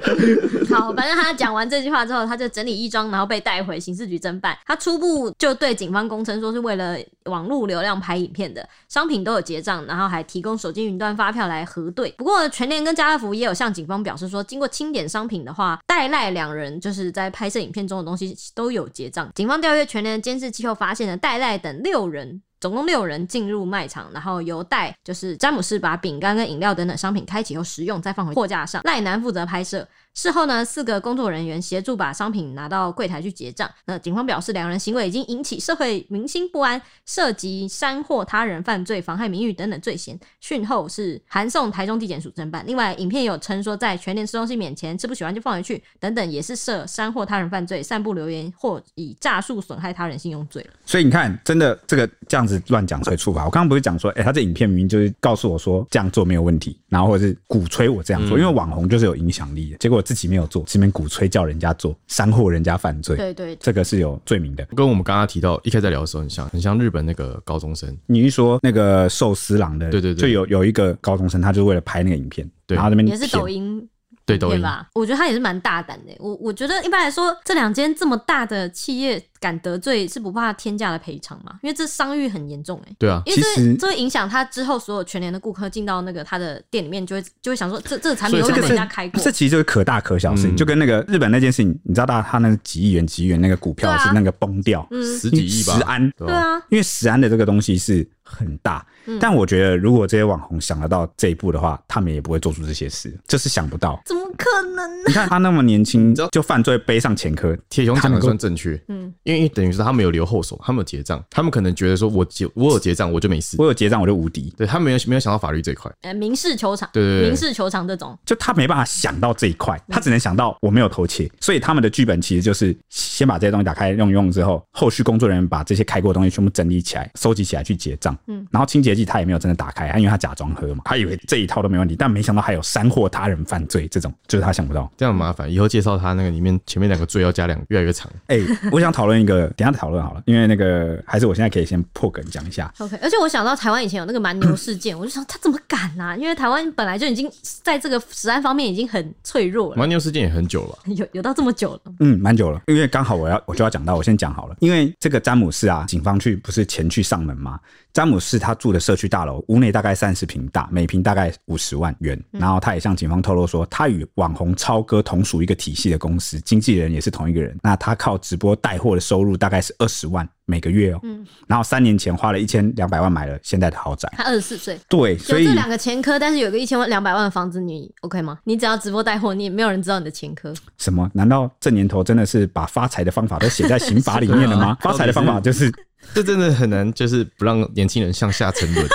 Speaker 3: 好，反正他讲完这句话之后，他就整理衣装，然后被带回刑事局侦办。他初步就对警方供称说是为了网络流量拍影片的，商品都有结账，然后还提供手机云端发票来核对。不过全联跟家乐福也有向警方表示说，经过清点商品的话，戴赖两人就是在拍摄影片中的东西都有结账。警方调阅全联的监视器后发现呢，戴赖等六人总共六人进入卖场，然后由戴就是詹姆士把饼干跟饮料等等商品开启后食用，再放回货架上。赖南负责拍摄。事后呢，四个工作人员协助把商品拿到柜台去结账。那警方表示，两人行为已经引起社会民心不安，涉及煽惑他人犯罪、妨害名誉等等罪嫌。讯后是函送台中地检署侦办。另外，影片有称说，在全年吃东西免钱，吃不喜欢就放回去等等，也是涉煽惑他人犯罪、散布流言或以诈术损害他人信用罪。
Speaker 2: 所以你看，真的这个这样子乱讲才会处罚。我刚刚不是讲说，哎、他这影片明明就是告诉我说这样做没有问题，然后或者是鼓吹我这样做，因为网红就是有影响力的。结果我自己没有做，这边鼓吹叫人家做，煽惑人家犯罪，
Speaker 3: 对对
Speaker 2: 这个是有罪名的。
Speaker 4: 跟我们刚刚提到一开始在聊的时候很像，很像日本那个高中生，
Speaker 2: 你一说那个寿司郎的，
Speaker 4: 对对对
Speaker 2: 就有有一个高中生，他就是为了拍那个影片，
Speaker 4: 对
Speaker 2: 然后在那边
Speaker 3: 也是抖
Speaker 2: 舔
Speaker 3: 音
Speaker 4: 对抖
Speaker 3: 对
Speaker 4: 音，
Speaker 3: 吧？我觉得他也是蛮大胆的。我我觉得一般来说，这两间这么大的企业敢得罪，是不怕天价的赔偿吗？因为这商誉很严重哎。
Speaker 4: 对啊，
Speaker 3: 因
Speaker 2: 其
Speaker 3: 为
Speaker 2: 实
Speaker 3: 这这会影响他之后所有全年的顾客进到那个他的店里面，就会就会想说，这这个产品
Speaker 4: 所
Speaker 3: 有
Speaker 4: 以
Speaker 3: 没
Speaker 4: 这个
Speaker 3: 有被
Speaker 4: 是
Speaker 3: 人家开过？
Speaker 2: 这其实就是可大可小的事情，
Speaker 4: 嗯
Speaker 2: 就跟那个日本那件事情，你知道他他那个几亿元几亿元那个股票
Speaker 3: 对啊
Speaker 2: 是那个崩掉，
Speaker 3: 嗯，
Speaker 4: 十几亿吧，
Speaker 2: 十安，
Speaker 4: 对
Speaker 3: 对
Speaker 4: 吧？
Speaker 3: 啊，
Speaker 2: 因为食安的这个东西是很大，
Speaker 3: 嗯
Speaker 2: 但我觉得如果这些网红想得到这一步的话，他们也不会做出这些事，就是想不到。
Speaker 3: 怎么可能？
Speaker 2: 你看他那么年轻
Speaker 4: 知道
Speaker 2: 就犯罪背上前科，
Speaker 4: 铁熊
Speaker 2: 他
Speaker 4: 讲
Speaker 2: 能
Speaker 4: 的
Speaker 2: 够
Speaker 4: 算正确，嗯，因为等于是他们有留后手，他们有结账，他们可能觉得说我结我有结账我就没事，
Speaker 2: 我有结账我就无敌，
Speaker 4: 对他没有没有想到法律这一块，
Speaker 3: 呃，民事球场，
Speaker 4: 对对对
Speaker 3: 民事球场这种，
Speaker 2: 就他没办法想到这一块，他只能想到我没有偷窃，所以他们的剧本其实就是先把这些东西打开用一用之后，后续工作人员把这些开过的东西全部整理起来、收集起来去结账。嗯，然后清洁剂他也没有真的打开，因为他假装喝嘛，他以为这一套都没问题，但没想到还有煽惑他人犯罪这种，就是他想不到。
Speaker 4: 这样很麻烦，以后介绍他那个里面前面两个罪要加两越来越长，
Speaker 2: 哎、我想讨论一个， 等一下讨论好了，因为那个还是我现在可以先破梗讲一下。
Speaker 3: OK，而且我想到台湾以前有那个蛮牛事件，我就想他怎么敢啊？因为台湾本来就已经在这个食安方面已经很脆弱了，
Speaker 4: 蛮牛事件也很久了吧，
Speaker 3: 有有到这么久了，
Speaker 2: 嗯，蛮久了，因为刚好我要我就要讲到，我先讲好了。因为这个詹姆士啊，警方去不是前去上门吗？詹姆士他住的社区大楼，屋内大概三十平大，每平大概五十万元。
Speaker 3: 嗯
Speaker 2: 然后他也向警方透露说，他与网红超哥同属一个体系的公司，经纪人也是同一个人。那他靠直播带货的收入大概是二十万每个月哦。
Speaker 3: 嗯
Speaker 2: 然后三年前花了一千两百万买了现在的豪宅。
Speaker 3: 他二十四岁。
Speaker 2: 对，
Speaker 3: 有
Speaker 2: 所以
Speaker 3: 这两个前科，但是有个一千万两百万的房子，你 OK 吗？你只要直播带货，你也没有人知道你的前科。
Speaker 2: 什么？难道这年头真的是把发财的方法都写在刑法里面 了吗？
Speaker 4: 是啊
Speaker 2: 发财的方法就是
Speaker 4: 这真的很难，就是不让年轻人向下沉沦。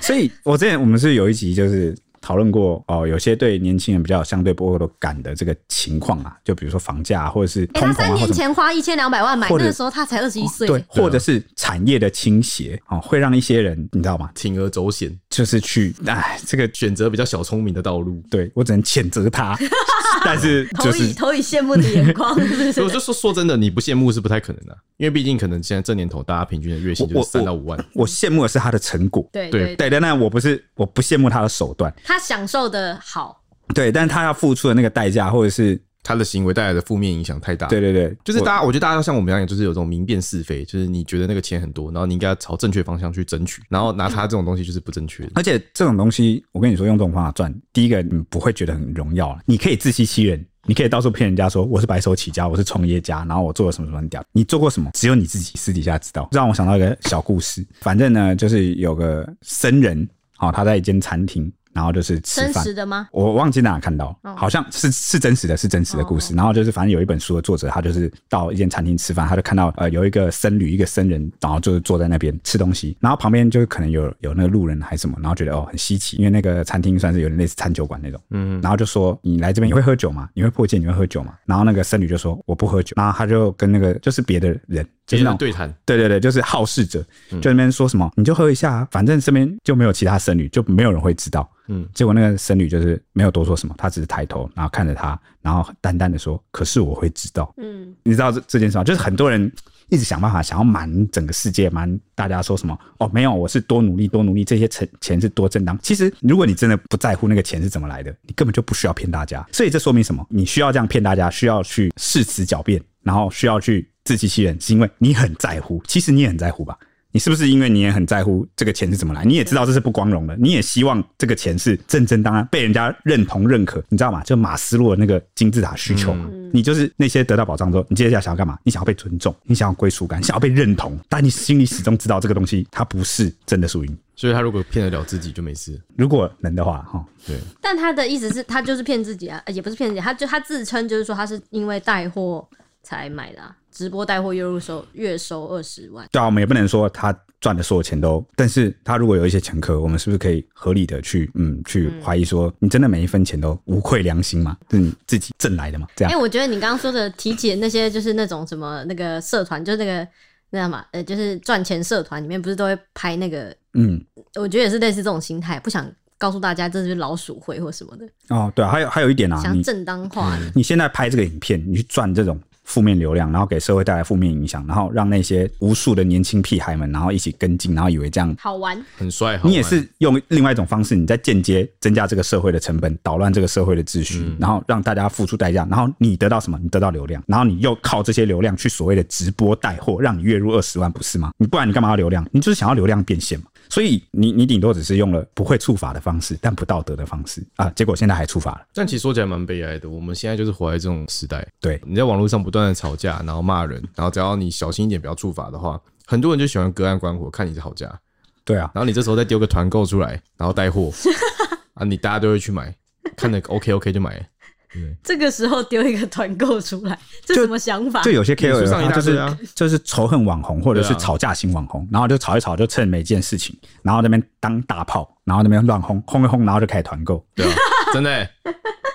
Speaker 2: 所以我之前我们是有一集就是讨论过哦，有些对年轻人比较有相对剥夺感的这个情况啊，就比如说房价、啊、或者是
Speaker 3: 哎、
Speaker 2: 通
Speaker 3: 他
Speaker 2: 膨
Speaker 3: 三
Speaker 2: 啊，或
Speaker 3: 年
Speaker 2: 者什么
Speaker 3: 前花一千两百万买，
Speaker 2: 或
Speaker 3: 那
Speaker 2: 者
Speaker 3: 个时候他才二十一岁。
Speaker 4: 啊
Speaker 2: 对，或者是产业的倾斜哦，会让一些人你知道吗？
Speaker 4: 铤而走险，
Speaker 2: 就是去哎，这个
Speaker 4: 选择比较小聪明的道路。
Speaker 2: 对我只能谴责 他，但是
Speaker 3: 投
Speaker 2: 就
Speaker 3: 以
Speaker 2: 是
Speaker 3: 投以羡慕的眼光， 是
Speaker 4: 所以 我
Speaker 3: 不是？
Speaker 4: 就说，说真的，你不羡慕是不太可能的、啊因为毕竟可能现在这年头，大家平均的月薪就
Speaker 2: 我
Speaker 4: 是三到五万。
Speaker 2: 我羡慕的是他的成果。
Speaker 3: 对
Speaker 4: 对
Speaker 3: 对，
Speaker 2: 对，但但我不是我不羡慕他的手段，
Speaker 3: 他享受的好，
Speaker 2: 对，但是他要付出的那个代价，或者是
Speaker 4: 他的行为带来的负面影响太大。
Speaker 2: 对，对对，
Speaker 4: 就是
Speaker 2: 我
Speaker 4: 大家，我觉得大家要像我们一样，就是有这种明辨是非，就是你觉得那个钱很多，然后你应该朝正确方向去争取，然后拿他这种东西就是不正确的。
Speaker 2: 而且这种东西，我跟你说，用这种方法赚，第一个你不会觉得很荣耀，你可以自欺欺人，你可以到处骗人家说我是白手起家，我是创业家，然后我做了什么什么很屌，你做过什么，只有你自己私底下知道。让我想到一个小故事，反正呢，就是有个僧人，好、他在一间餐厅，然后就是吃
Speaker 3: 真
Speaker 2: 饭
Speaker 3: 实。的吗？
Speaker 2: 我忘记哪看到，
Speaker 3: 哦
Speaker 2: 好像是是真实的，是真实的故事。然后就是反正有一本书的作者，他就是到一间餐厅吃饭，他就看到呃有一个僧侣，一个僧人，然后就是坐在那边吃东西，然后旁边就是可能有有那个路人还是什么，然后觉得哦很稀奇，因为那个餐厅算是有点类似餐酒馆那种。
Speaker 4: 嗯，
Speaker 2: 然后就说你来这边你会喝酒吗？你会破戒？你会喝酒吗？然后那个僧侣就说我不喝酒。然后他就跟那个就是别的人，就
Speaker 4: 就是是
Speaker 2: 那种
Speaker 4: 对谈，
Speaker 2: 对对对，就是好事者，就那边说什么、你就喝一下、啊，反正身边就没有其他僧侣，就没有人会知道。
Speaker 4: 嗯
Speaker 2: 结果那个僧侣就是没有多说什么，他只是抬头，然后看着他，然后淡淡的说：“可是我会知道。”
Speaker 3: 嗯，
Speaker 2: 你知道这这件事吗？就是很多人一直想办法想要瞒整个世界，瞒大家说什么哦，没有，我是多努力多努力，这些钱钱是多正当。其实如果你真的不在乎那个钱是怎么来的，你根本就不需要骗大家。所以这说明什么？你需要这样骗大家，需要去誓词狡辩，然后需要去自欺欺人，是因为你很在乎。其实你也很在乎吧？你是不是因为你也很在乎这个钱是怎么来？你也知道这是不光荣的，你也希望这个钱是正正当当被人家认同认可，你知道吗？就马斯洛的那个金字塔需求嘛，你就是那些得到保障之后，你接下来想要干嘛？你想要被尊重，你想要归属感，想要被认同，但你心里始终知道这个东西它不是真的属于你。
Speaker 4: 所以他如果骗得了自己就没事。
Speaker 2: 如果能的话，哈，
Speaker 4: 对，
Speaker 3: 但他的意思是，他就是骗自己啊，呃也不是骗自己，他就他自称就是说他是因为带货才买的、啊，直播带货月入收月收二十万。
Speaker 2: 对啊，我们也不能说他赚的所有钱都，但是他如果有一些前科，我们是不是可以合理的去嗯去怀疑说，你真的每一分钱都无愧良心吗？是你自己挣来的吗？这
Speaker 3: 哎、
Speaker 2: 样。
Speaker 3: 我觉得你刚刚说的提起那些，就是那种什么那个社团，就是那个那叫什么呃，就是赚钱社团里面不是都会拍那个，
Speaker 2: 嗯，
Speaker 3: 我觉得也是类似这种心态，不想告诉大家这是老鼠会或什么的，
Speaker 2: 哦，对啊，还有还有一点啊，
Speaker 3: 想
Speaker 2: 你
Speaker 3: 正当化。
Speaker 2: 你现在拍这个影片，你去赚这种负面流量，然后给社会带来负面影响，然后让那些无数的年轻屁孩们，然后一起跟进，然后以为这样，
Speaker 3: 好玩，
Speaker 4: 很帅，好玩
Speaker 2: 你也是用另外一种方式，你在间接增加这个社会的成本，捣乱这个社会的秩序，
Speaker 4: 嗯
Speaker 2: 然后让大家付出代价，然后你得到什么？你得到流量，然后你又靠这些流量去所谓的直播带货，让你月入二十万，不是吗？你不然你干嘛要流量？你就是想要流量变现嘛。所以你你顶多只是用了不会触法的方式，但不道德的方式啊，结果现在还触法了。
Speaker 4: 但其实说起来蛮悲哀的，我们现在就是活在这种时代。
Speaker 2: 对
Speaker 4: 你在网络上不断的吵架，然后骂人，然后只要你小心一点，不要触法的话，很多人就喜欢隔岸观火，看你是好价。
Speaker 2: 对啊，
Speaker 4: 然后你这时候再丢个团购出来，然后带货啊，你大家都会去买，看的 OK OK 就买。
Speaker 3: 这个时候丢一个团购出来，这什么想法？
Speaker 2: 就有些 KOL
Speaker 4: 上一
Speaker 2: 他
Speaker 4: 大
Speaker 2: 就是、
Speaker 4: 堆啊
Speaker 2: 就是仇恨网红或者是
Speaker 4: 对啊
Speaker 2: 吵架型网红，然后就吵一吵，就趁每件事情，然后那边当大炮，然后那边乱轰轰一轰，然后就开始团购，
Speaker 4: 对啊，真的、欸、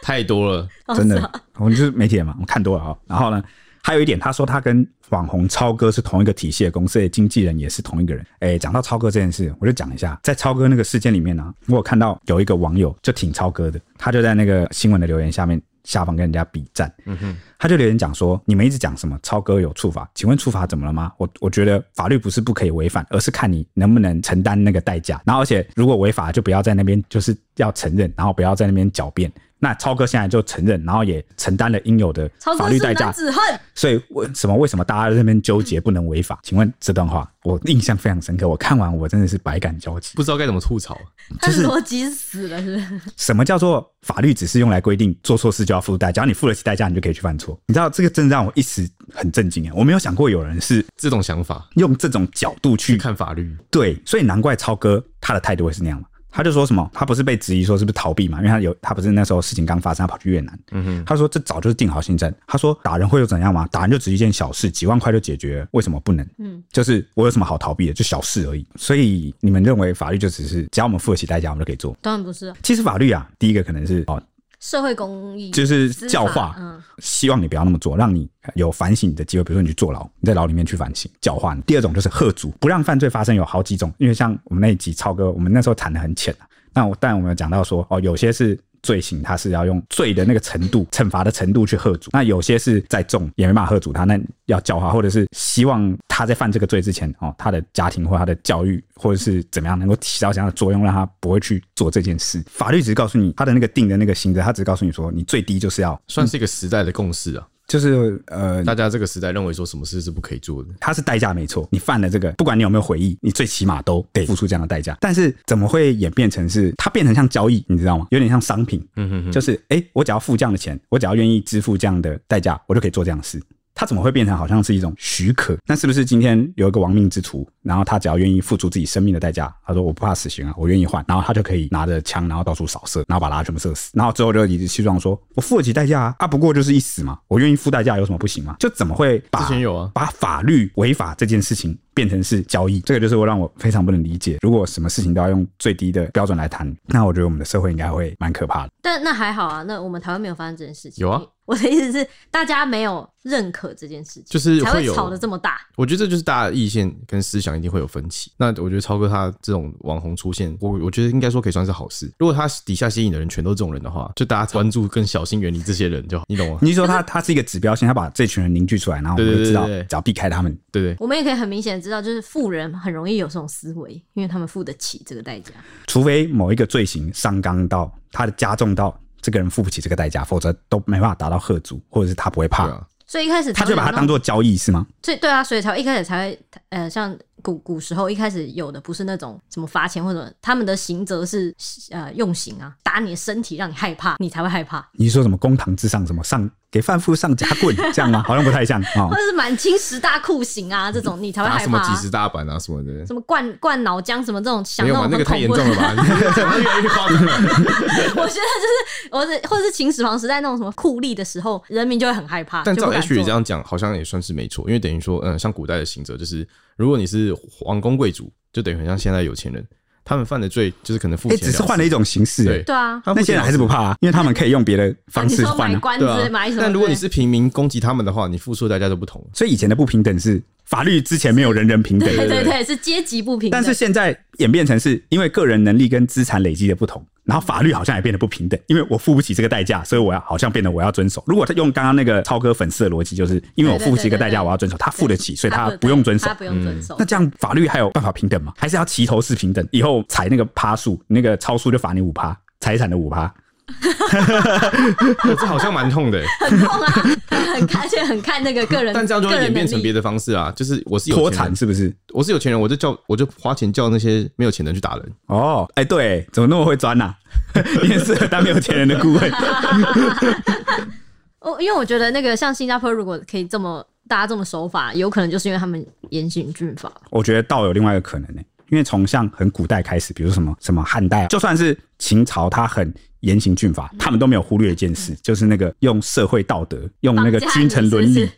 Speaker 4: 太多了。
Speaker 2: 真的， 我们就是媒体人嘛，我们看多了啊、然后呢，还有一点，他说他跟网红超哥是同一个体系的公司，的经纪人也是同一个人。哎，讲到超哥这件事，我就讲一下，在超哥那个事件里面呢、我有看到有一个网友就挺超哥的，他就在那个新闻的留言下面。下方跟人家比战，嗯哼，他就留言讲说：“你们一直讲什么超哥有处罚，请问处罚怎么了吗？我我觉得法律不是不可以违反，而是看你能不能承担那个代价。然后而且如果违法，就不要在那边就是要承认，然后不要在那边狡辩。那超哥现在就承认，然后也承担了应有的
Speaker 3: 超
Speaker 2: 法
Speaker 3: 哥
Speaker 2: 律
Speaker 3: 是
Speaker 2: 代
Speaker 3: 男
Speaker 2: 价。
Speaker 3: 子汉，
Speaker 2: 所以为什么为什么大家在那边纠结不能违法？请问这段话我印象非常深刻，我看完我真的是百感交集。
Speaker 4: 不知道该怎么吐槽，
Speaker 3: 他
Speaker 2: 就是
Speaker 3: 逻辑死了，是不是？
Speaker 2: 什么叫做法律只是用来规定做错事就要付出代价？只要你付得起代价，你就可以去犯错。你知道这个真的让我一时很震惊啊！我没有想过有人是
Speaker 4: 这种想法
Speaker 2: 用这种角度去
Speaker 4: 去看法律，
Speaker 2: 对，所以难怪超哥他的态度会是那样嘛。他就说什么，他不是被质疑说是不是逃避嘛？因为他有他不是那时候事情刚发生，他跑去越南。嗯哼，他说这早就是定好行程。他说打人会又怎样嘛？打人就只是一件小事，几万块就解决了，为什么不能？嗯，就是我有什么好逃避的？就小事而已。所以你们认为法律就只是只要我们付得起代价，我们就可以做？
Speaker 3: 当然不是啊，
Speaker 2: 其实法律啊，第一个可能是哦，
Speaker 3: 社会公益
Speaker 2: 就是
Speaker 3: 司法
Speaker 2: 教化，
Speaker 3: 嗯，
Speaker 2: 希望你不要那么做，让你有反省的机会。比如说你去坐牢，你在牢里面去反省、教化你。第二种就是喝阻，不让犯罪发生有好几种，因为像我们那一集超哥，我们那时候谈的很浅啊。那我但我们有讲到说，哦，有些是罪行，他是要用罪的那个程度、惩罚的程度去喝阻。那有些是再重也没办法喝阻他，那要教化，或者是希望他在犯这个罪之前，哦，他的家庭或他的教育，或者是怎么样能够起到怎样的作用，让他不会去做这件事。法律只是告诉你他的那个定的那个刑责，他只是告诉你说，你最低就是要，
Speaker 4: 算是一个时代的共识啊。
Speaker 2: 就是呃，
Speaker 4: 大家这个时代认为说什么事是不可以做的，
Speaker 2: 它是代价没错，你犯了这个，不管你有没有回忆，你最起码都得付出这样的代价。但是怎么会演变成是它变成像交易，你知道吗？有点像商品，嗯哼就是哎、诶我只要付这样的钱，我只要愿意支付这样的代价，我就可以做这样的事。它怎么会变成好像是一种许可？那是不是今天有一个亡命之徒，然后他只要愿意付出自己生命的代价，他说我不怕死刑啊，我愿意换，然后他就可以拿着枪，然后到处扫射，然后把大家全部射死，然后最后就理直气壮说，我付得起代价啊，啊不过就是一死嘛，我愿意付代价有什么不行吗？就怎么会把
Speaker 4: 之前有啊
Speaker 2: 把法律违法这件事情变成是交易，这个就是我让我非常不能理解。如果什么事情都要用最低的标准来谈，那我觉得我们的社会应该会蛮可怕的。
Speaker 3: 但那还好啊，那我们台湾没有发生这件事情。
Speaker 4: 有啊，
Speaker 3: 我的意思是大家没有认可这件事情，
Speaker 4: 就是
Speaker 3: 才
Speaker 4: 会
Speaker 3: 会
Speaker 4: 有啊
Speaker 3: 吵得这么大。
Speaker 4: 我觉得这就是大家的意见跟思想一定会有分歧。那我觉得超哥他这种网红出现，我我觉得应该说可以算是好事。如果他底下吸引的人全都是这种人的话，就大家关注更小心远离这些人就好，你懂吗？
Speaker 2: 你是说他他是一个指标性，他把这群人凝聚出来，然后我们
Speaker 4: 对
Speaker 2: 就
Speaker 4: 对
Speaker 2: 知道
Speaker 4: 对对
Speaker 2: 只要避开他们，
Speaker 4: 对对，
Speaker 3: 我们也可以很明显地知道，就是富人很容易有这种思维，因为他们付得起这个代价。
Speaker 2: 除非某一个罪行上纲到他的加重到这个人付不起这个代价，否则都没办法达到贺足，或者是他不会怕，
Speaker 4: 对啊
Speaker 3: 所以一开始
Speaker 2: 他就把它
Speaker 3: 他
Speaker 2: 当做交易是吗？
Speaker 3: 所以对啊，所以才会一开始才会呃，像古古时候一开始有的不是那种什么罚钱或者他们的刑责是呃用刑啊，打你的身体让你害怕，你才会害怕，
Speaker 2: 你是说什么公堂之上什么上给贩夫上夹棍这样吗？好像不太像啊、
Speaker 3: 或
Speaker 2: 哦。
Speaker 3: 者是满清十大酷刑啊这种你才会
Speaker 4: 打
Speaker 3: 害
Speaker 4: 什
Speaker 3: 怕、
Speaker 4: 么
Speaker 3: 啊
Speaker 4: 几。十大板啊什么的，
Speaker 3: 什么灌灌脑浆什么这种，想
Speaker 4: 没有吧？
Speaker 3: 种
Speaker 4: 那
Speaker 3: 很
Speaker 4: 个太
Speaker 3: 恐
Speaker 4: 严
Speaker 3: 怖
Speaker 4: 重
Speaker 3: 的。
Speaker 4: 了 吧？ 讲得越来越夸张了。
Speaker 3: 我觉得就是，我是 或者是秦始皇时代那种什么酷吏的时候，人民就会很害怕。
Speaker 4: 但
Speaker 3: 就
Speaker 4: 照
Speaker 3: 不敢
Speaker 4: H
Speaker 3: 做
Speaker 4: 也这样讲，好像也算是没错，因为等于说，嗯，像古代的刑责，就是如果你是王公贵族，就等于很像现在有钱人，他们犯的罪就是可能付
Speaker 2: 哎、
Speaker 4: 钱
Speaker 2: 只
Speaker 4: 了
Speaker 2: 是
Speaker 4: 事，
Speaker 2: 换了一种形式、
Speaker 4: 对
Speaker 2: 哎
Speaker 3: 对啊，
Speaker 4: 他
Speaker 2: 那
Speaker 4: 们付
Speaker 2: 些
Speaker 4: 钱
Speaker 2: 人
Speaker 4: 了
Speaker 2: 还是不
Speaker 4: 事
Speaker 2: 怕啊，因为他们可以用别的方
Speaker 3: 你
Speaker 2: 式
Speaker 3: 说
Speaker 2: 换、
Speaker 3: 买
Speaker 2: 啊。
Speaker 3: 官
Speaker 4: 对
Speaker 3: 子、买
Speaker 4: 啊
Speaker 3: 什么？
Speaker 4: 但如果你
Speaker 3: 对
Speaker 4: 是平民攻击他们的话，你付出的代价就不 同了。
Speaker 2: 所以以前的不平等是法律之前没有人人平等，
Speaker 3: 对对
Speaker 4: 对
Speaker 3: 对，是阶级不平等。
Speaker 2: 但是现在演变成是因为个人能力跟资产累积的不同，然后法律好像也变得不平等，因为我付不起这个代价，所以我要好像变得我要遵守。如果他用刚刚那个超哥粉丝的逻辑，就是因为我付不起这个代价，我要遵守，他付得起，所以他不用遵守
Speaker 3: 他。
Speaker 4: 嗯
Speaker 3: 不用遵守
Speaker 2: 那。这样法律还有办法平等吗？还是要齐头式平等？以后踩那个趴数，那个超速就罚你五趴，财产的五趴。
Speaker 4: 哦这好像蛮痛的欸，
Speaker 3: 很痛啊，很看，而且很看那个个人，
Speaker 4: 但这样就会
Speaker 3: 个人
Speaker 4: 演变
Speaker 3: 能
Speaker 4: 成
Speaker 3: 力
Speaker 4: 别的方式啊，就是我是有
Speaker 2: 脱
Speaker 4: 钱
Speaker 2: 产
Speaker 4: 人，
Speaker 2: 是不是？
Speaker 4: 我是有钱人，我就叫我就花钱叫那些没有钱人去打人，
Speaker 2: 哦，哎、对，怎么那么会钻呐、啊？ 你也适合当没有钱人的顾问。
Speaker 3: 哦，因为我觉得那个像新加坡，如果可以这么大家这么守法，有可能就是因为他们严刑峻法。
Speaker 2: 我觉得倒有另外一个可能呢、因为从像很古代开始，比如说什么什么汉代啊，就算是秦朝，它很严刑峻法，他们都没有忽略一件事，就是那个用社会道德、用那个君臣伦理，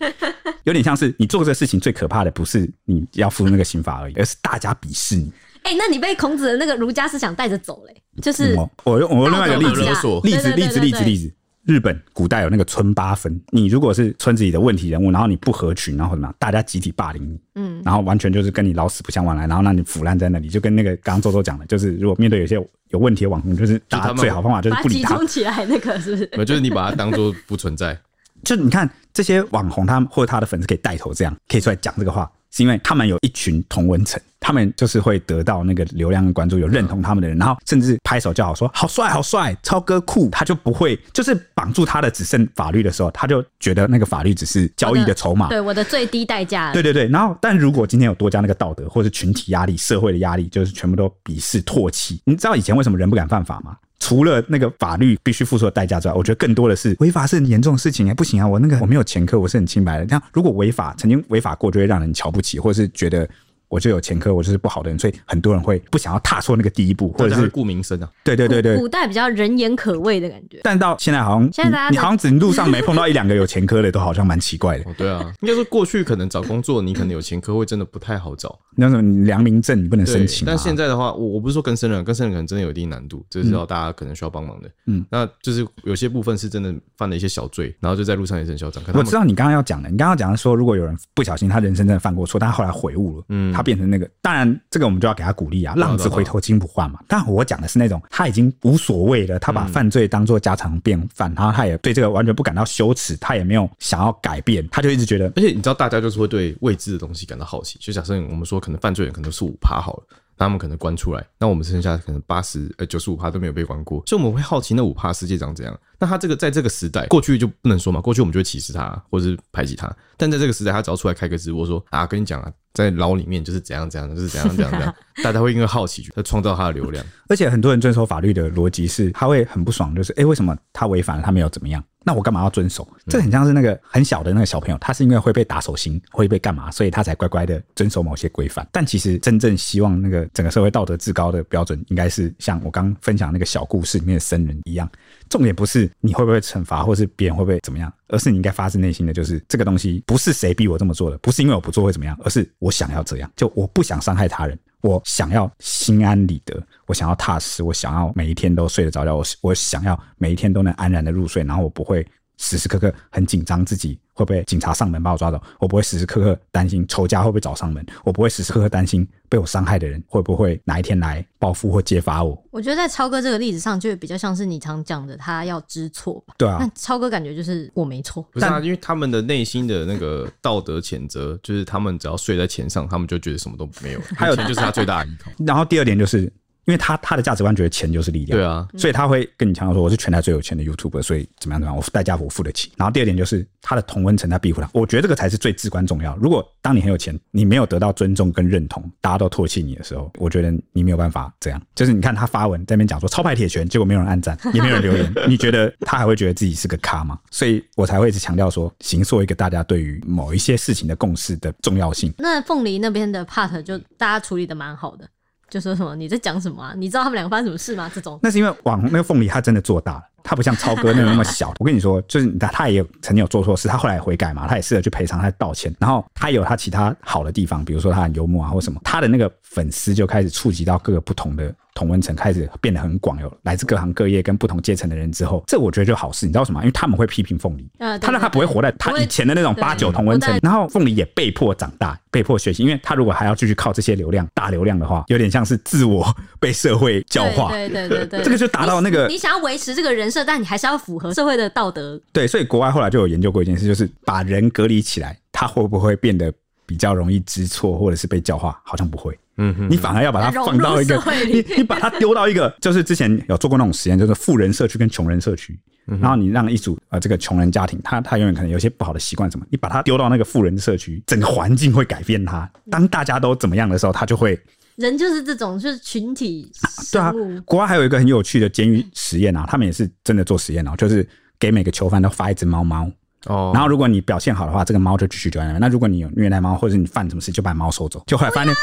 Speaker 2: 有点像是你做这个事情最可怕的不是你要付那个刑罚而已，而是大家鄙视你。
Speaker 3: 哎、那你被孔子的那个儒家思想带着走嘞、就是
Speaker 2: 什么？嗯我用我用另外一个例子
Speaker 4: 道德绑架，
Speaker 2: 例子
Speaker 3: 对对对
Speaker 2: 例子
Speaker 3: 对
Speaker 2: 例子
Speaker 3: 对
Speaker 2: 例子。日本古代有那个村八分，你如果是村子里的问题人物，然后你不合群，然后怎么样，大家集体霸凌你，
Speaker 3: 嗯，
Speaker 2: 然后完全就是跟你老死不相往来，然后让你腐烂在那里，就跟那个刚刚周周讲的，就是如果面对有些有问题的网红，就是
Speaker 4: 他
Speaker 2: 大家
Speaker 4: 们
Speaker 2: 最好方法就是
Speaker 3: 把它
Speaker 2: 不理
Speaker 3: 集
Speaker 2: 他，
Speaker 3: 中起来，那个是 不是？
Speaker 4: 没有就是你把它当做不存在。
Speaker 2: 就你看这些网红，他们或者他的粉丝可以带头这样，可以出来讲这个话，是因为他们有一群同温层，他们就是会得到那个流量跟关注，有认同他们的人，然后甚至拍手叫好说好帅好帅，超哥酷，他就不会就是绑住他的只剩法律的时候，他就觉得那个法律只是交易的筹码，
Speaker 3: 对，我的最低代价。
Speaker 2: 对对对，然后但如果今天有多加那个道德或是群体压力、社会的压力，就是全部都鄙视、唾弃。你知道以前为什么人不敢犯法吗？除了那个法律必须付出的代价之外，我觉得更多的是违法是很严重的事情哎、不行啊，我那个我没有前科，我是很清白的。那如果违法，曾经违法过，就会让人瞧不起，或是觉得我就有前科，我就是不好的人，所以很多人会不想要踏出那个第一步，或
Speaker 4: 大
Speaker 2: 者
Speaker 4: 家会
Speaker 2: 是
Speaker 4: 顾民生啊，
Speaker 2: 对对对对
Speaker 3: 古，古代比较人言可畏的感觉。
Speaker 2: 但到现在好像
Speaker 3: 现在大家
Speaker 2: 你你
Speaker 3: 在
Speaker 2: 好像只路上没碰到一两个有前科的，都好像蛮奇怪的。
Speaker 4: 哦，对啊，应该说过去可能找工作，你可能有前科会真的不太好找，
Speaker 2: 那什么良民证你不能
Speaker 4: 对
Speaker 2: 申，请、啊，
Speaker 4: 但现在的话，我我不是说更生人，更生人可能真的有一定难度，这是要大家可能需要帮忙的。
Speaker 2: 嗯，
Speaker 4: 那就是有些部分是真的犯了一些小罪，然后就在路上也是很嚣张。可他
Speaker 2: 我
Speaker 4: 们
Speaker 2: 知道你刚刚要讲的，你刚刚讲的说，如果有人不小心他人生真的犯过错，但他后来悔悟了，嗯，他变成那个，当然这个我们就要给他鼓励啊，浪子回头金不换嘛。
Speaker 4: 嗯
Speaker 2: 但我讲的是那种他已经无所谓了，他把犯罪当做家常便饭，然后他也对这个完全不感到羞耻，他也没有想要改变，他就一直觉得
Speaker 4: 而且你知道，大家就是会对未知的东西感到好奇。就假设我们说，可能犯罪人可能是五趴好了，那他们可能关出来，那我们剩下可能八十呃九十五趴都没有被关过，所以我们会好奇那五趴世界长怎样。那他这个在这个时代，过去就不能说嘛，过去我们就会歧视他或是排挤他，但在这个时代，他只要出来开个直播说啊，跟你讲啊，在牢里面就是怎样怎样，就是怎样怎样怎样，大家会因为好奇去创造他的流量。
Speaker 2: 而且很多人遵守法律的逻辑是，他会很不爽，就是哎、诶为什么他违反了，他没有怎么样？那我干嘛要遵守？这很像是那个很小的那个小朋友，他是因为会被打手心，会被干嘛，所以他才乖乖的遵守某些规范。但其实真正希望那个整个社会道德至高的标准，应该是像我刚分享那个小故事里面的僧人一样，重点不是你会不会惩罚，或是别人会不会怎么样，而是你应该发自内心的，就是这个东西不是谁逼我这么做的，不是因为我不做会怎么样，而是我想要这样，就我不想伤害他人，我想要心安理得，我想要踏实，我想要每一天都睡得着觉，我我想要每一天都能安然的入睡，然后我不会时时刻刻很紧张自己会不会警察上门把我抓走，我不会时时刻刻担心仇家会不会找上门，我不会时时刻刻担心被我伤害的人会不会哪一天来报复或揭发我。
Speaker 3: 我觉得在超哥这个例子上，就比较像是你常讲的，他要知错吧。
Speaker 2: 对啊，
Speaker 3: 但超哥感觉就是我没错，
Speaker 4: 不是啊，因为他们的内心的那个道德谴责，就是他们只要睡在钱上，他们就觉得什么都没有，
Speaker 2: 还有
Speaker 4: 钱就是他最大的依靠。
Speaker 2: 然后第二点就是，因为他他的价值观觉得钱就是力量，
Speaker 4: 对啊，
Speaker 2: 所以他会跟你强调说我是全台最有钱的 YouTuber，所以怎么样怎么样，我代价我付得起。然后第二点就是他的同温层在庇护他，我觉得这个才是最至关重要。如果当你很有钱，你没有得到尊重跟认同，大家都唾弃你的时候，我觉得你没有办法这样。就是你看他发文在那边讲说超派铁拳，结果没有人按 赞，也没有人留言，你觉得他还会觉得自己是个咖吗？所以我才会一直强调说，形塑一个大家对于某一些事情的共识的重要性。
Speaker 3: 那凤梨那边的 part 就大家处理的蛮好的，就说什么你在讲什么啊？你知道他们两个发生什么事吗？这种
Speaker 2: 那是因为网红那个凤梨他真的做大了。他不像超哥那个那么小， 我跟你说，就是他他也有曾经有做错事，他后来悔改嘛，他也试着去赔偿，他道歉，然后他有他其他好的地方，比如说他很幽默啊或什么，他的那个粉丝就开始触及到各个不同的同温层，开始变得很广，有来自各行各业跟不同阶层的人之后，这我觉得就好事，你知道为什么吗？因为他们会批评凤梨，
Speaker 3: 呃，对
Speaker 2: 他让他不会活在他
Speaker 3: 不会
Speaker 2: 以前的那种
Speaker 3: 对
Speaker 2: 八九同温层
Speaker 3: 不，
Speaker 2: 然后凤梨也被迫长大，被迫学习，因为他如果还要继续靠这些流量大流量的话，有点像是自我被社会教化，
Speaker 3: 对对对对对，
Speaker 2: 这个就达到那个
Speaker 3: 你你想要维持这个人设，但你还是要符合社会的道德。
Speaker 2: 对，所以国外后来就有研究过一件事，就是把人隔离起来，他会不会变得比较容易知错，或者是被教化？好像不会。
Speaker 4: 嗯哼，
Speaker 2: 你反而要把它
Speaker 3: 融入
Speaker 2: 放到一个
Speaker 3: 社会，
Speaker 2: 你
Speaker 3: 里
Speaker 2: 你把它丢到一个，就是之前有做过那种实验，就是富人社区跟穷人社区，
Speaker 3: 嗯
Speaker 2: 然后你让一组呃这个穷人家庭，他他永远可能有一些不好的习惯什么，你把他丢到那个富人社区，整个环境会改变他。
Speaker 3: 嗯
Speaker 2: 当大家都怎么样的时候，他就会
Speaker 3: 人就是这种，就是群体
Speaker 2: 对啊
Speaker 3: 生物。，
Speaker 2: 国外还有一个很有趣的监狱实验啊，他们也是真的做实验哦、就是给每个囚犯都发一只猫猫。
Speaker 4: 哦，
Speaker 2: 然后如果你表现好的话，这个猫就继续留在那边。那如果你有虐待猫，或者你犯什么事，就把猫收走。就后来发现，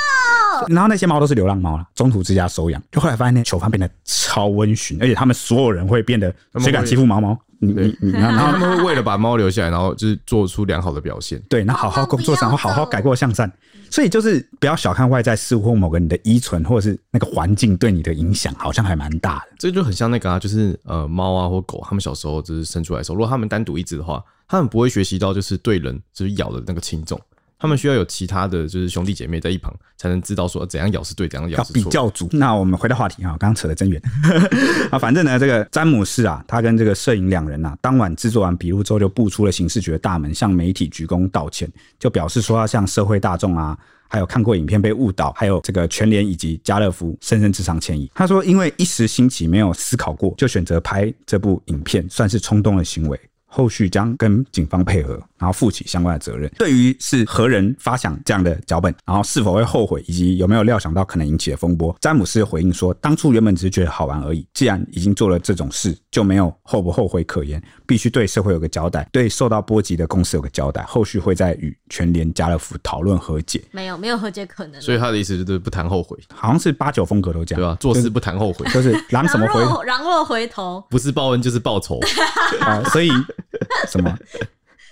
Speaker 2: 然后那些猫都是流浪猫了，中途之家收养。就后来发现，那囚犯变得超温驯，而且他们所有人会变得，
Speaker 4: 他们
Speaker 2: 谁敢
Speaker 4: 会
Speaker 2: 欺负毛毛？你你你，然后然
Speaker 4: 然
Speaker 2: 后
Speaker 4: 后他们会为了把猫留下来，然后就是做出良好的表现。
Speaker 2: 对，那好好工作，然后好好改过向善。所以就是不要小看外在事物或某个你的依存，或者是那个环境对你的影响，好像还蛮大的。
Speaker 4: 这就很像那个啊，就是呃猫啊或狗，它们小时候就是生出来的时候，如果它们单独一只的话，它们不会学习到就是对人就是咬的那个轻重，它们需要有其他的就是兄弟姐妹在一旁，才能知道说呃怎样咬是对，怎样咬
Speaker 2: 要
Speaker 4: 是
Speaker 2: 比
Speaker 4: 错。
Speaker 2: 较足。那我们回到话题啊，刚刚扯得真远 啊。反正呢，这个詹姆斯啊，他跟这个摄影两人啊，当晚制作完笔录之后，就步出了刑事局的大门，向媒体鞠躬道歉，就表示说要向社会大众啊。还有看过影片被误导，还有这个全联以及家乐福深深致上歉意。他说，因为一时兴起没有思考过，就选择拍这部影片，算是冲动的行为。后续将跟警方配合，然后负起相关的责任。对于是何人发想这样的脚本，然后是否会后悔，以及有没有料想到可能引起的风波，詹姆斯回应说，当初原本只是觉得好玩而已，既然已经做了这种事，就没有后不后悔可言，必须对社会有个交代，对受到波及的公司有个交代，后续会再与全联家乐福讨论和解。
Speaker 3: 没哎有没有和解可能，
Speaker 4: 所以他的意思就是不谈后悔，
Speaker 2: 好像是八九风格都这
Speaker 4: 对啊
Speaker 2: 样，
Speaker 4: 吧、做事不谈后悔，
Speaker 2: 就是狼什
Speaker 3: 然
Speaker 2: 么回
Speaker 1: 啊
Speaker 3: 若然若回头，
Speaker 4: 不是报恩就是报仇。
Speaker 2: 啊、所以什么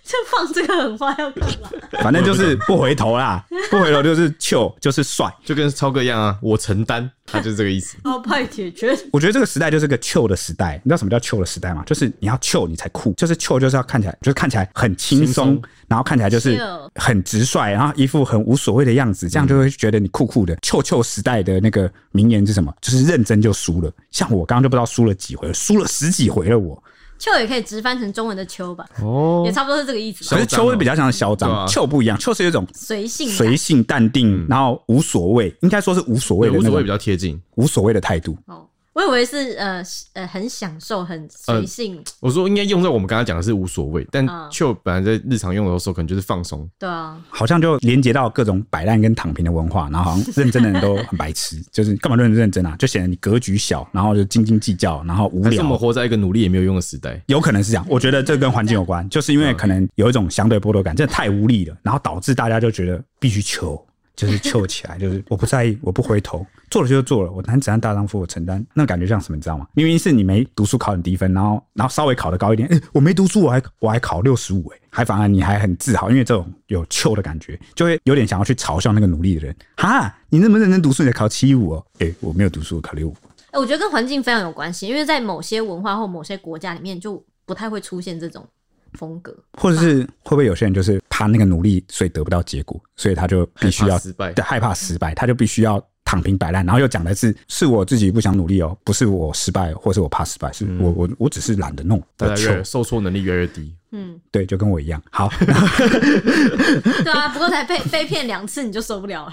Speaker 3: 就放这个很花要 干嘛？
Speaker 2: 反正就是不回头啦，不回头就是糗，就是帅。
Speaker 4: 就跟超哥一样啊，我承担，他就是这个意思。
Speaker 3: 鳌拜铁拳，
Speaker 2: 我觉得这个时代就是个糗的时代，你知道什么叫糗的时代吗？就是你要糗你才酷，就是糗就是要看起来就是看起来很轻
Speaker 4: 轻
Speaker 2: 松
Speaker 4: 松，
Speaker 2: 然后看起来就是
Speaker 3: 糗
Speaker 2: 很直率，然后一副很无所谓的样子，这样就会觉得你酷酷的。糗糗时代的那个名言是什么？就是认真就输了。像我刚刚就不知道输了几回了，输了十几回了我。
Speaker 3: 秋也可以直翻成中文的秋吧，
Speaker 4: 哦
Speaker 3: 也差不多是这个意思吧。
Speaker 2: 可是
Speaker 4: 嚣张
Speaker 2: 糗会比较像嚣
Speaker 4: 对啊
Speaker 2: 张，糗不一样，糗是有一种
Speaker 3: 随性感，
Speaker 2: 随性淡定，然后无所谓，应该说是无所谓
Speaker 4: 嗯对，
Speaker 2: 的那
Speaker 4: 无所
Speaker 2: 种
Speaker 4: 谓比较贴近。
Speaker 2: 无所谓的态度。
Speaker 3: 哦，我以为是呃是呃很享受、很随性，
Speaker 4: 我说应该用在我们刚刚讲的是无所谓，但
Speaker 3: 嗯
Speaker 4: 就本来在日常用的时候，可能就是放松。
Speaker 3: 对啊，
Speaker 2: 好像就连接到各种摆烂跟躺平的文化，然后好像认真的人都很白痴，就是干嘛认认真啊？就显得你格局小，然后就斤斤计较，然后无
Speaker 4: 还是我们
Speaker 2: 聊。
Speaker 4: 活在一个努力也没有用的时代。
Speaker 2: 有可能是这样，我觉得这跟环境有关，就是因为可能有一种相对剥夺感，真的太无力了，然后导致大家就觉得必须求，就是求起来，就是我不在意，我不回头，做了就是做了，我男子汉大丈夫，我承担。那感觉像什么，你知道吗？明明是你没读书考很低分，然后然后稍微考得高一点，诶我没读书，我还我还考六十五，哎，还反而你还很自豪，因为这种有糗的感觉，就会有点想要去嘲笑那个努力的人。哈，你那么认真读书，你才考七五哦？哎、我没有读书，我考六五。
Speaker 3: 哎、我觉得跟环境非常有关系，因为在某些文化或某些国家里面，就不太会出现这种风格。
Speaker 2: 或者是会不会有些人就是怕那个努力，所以得不到结果，所以他就必须要
Speaker 4: 害怕失败
Speaker 2: 对，害怕失败，他就必须要躺平摆烂，然后又讲的是是我自己不想努力哦，不是我失败，或是我怕失败，是我我我只是懒得弄，
Speaker 4: 大
Speaker 2: 我
Speaker 4: 家嗯越来越
Speaker 2: 糗，
Speaker 4: 受挫能力越来越低，
Speaker 3: 嗯，
Speaker 2: 对，就跟我一样。好，
Speaker 3: 对啊，不过才被被骗两次你就受不了了。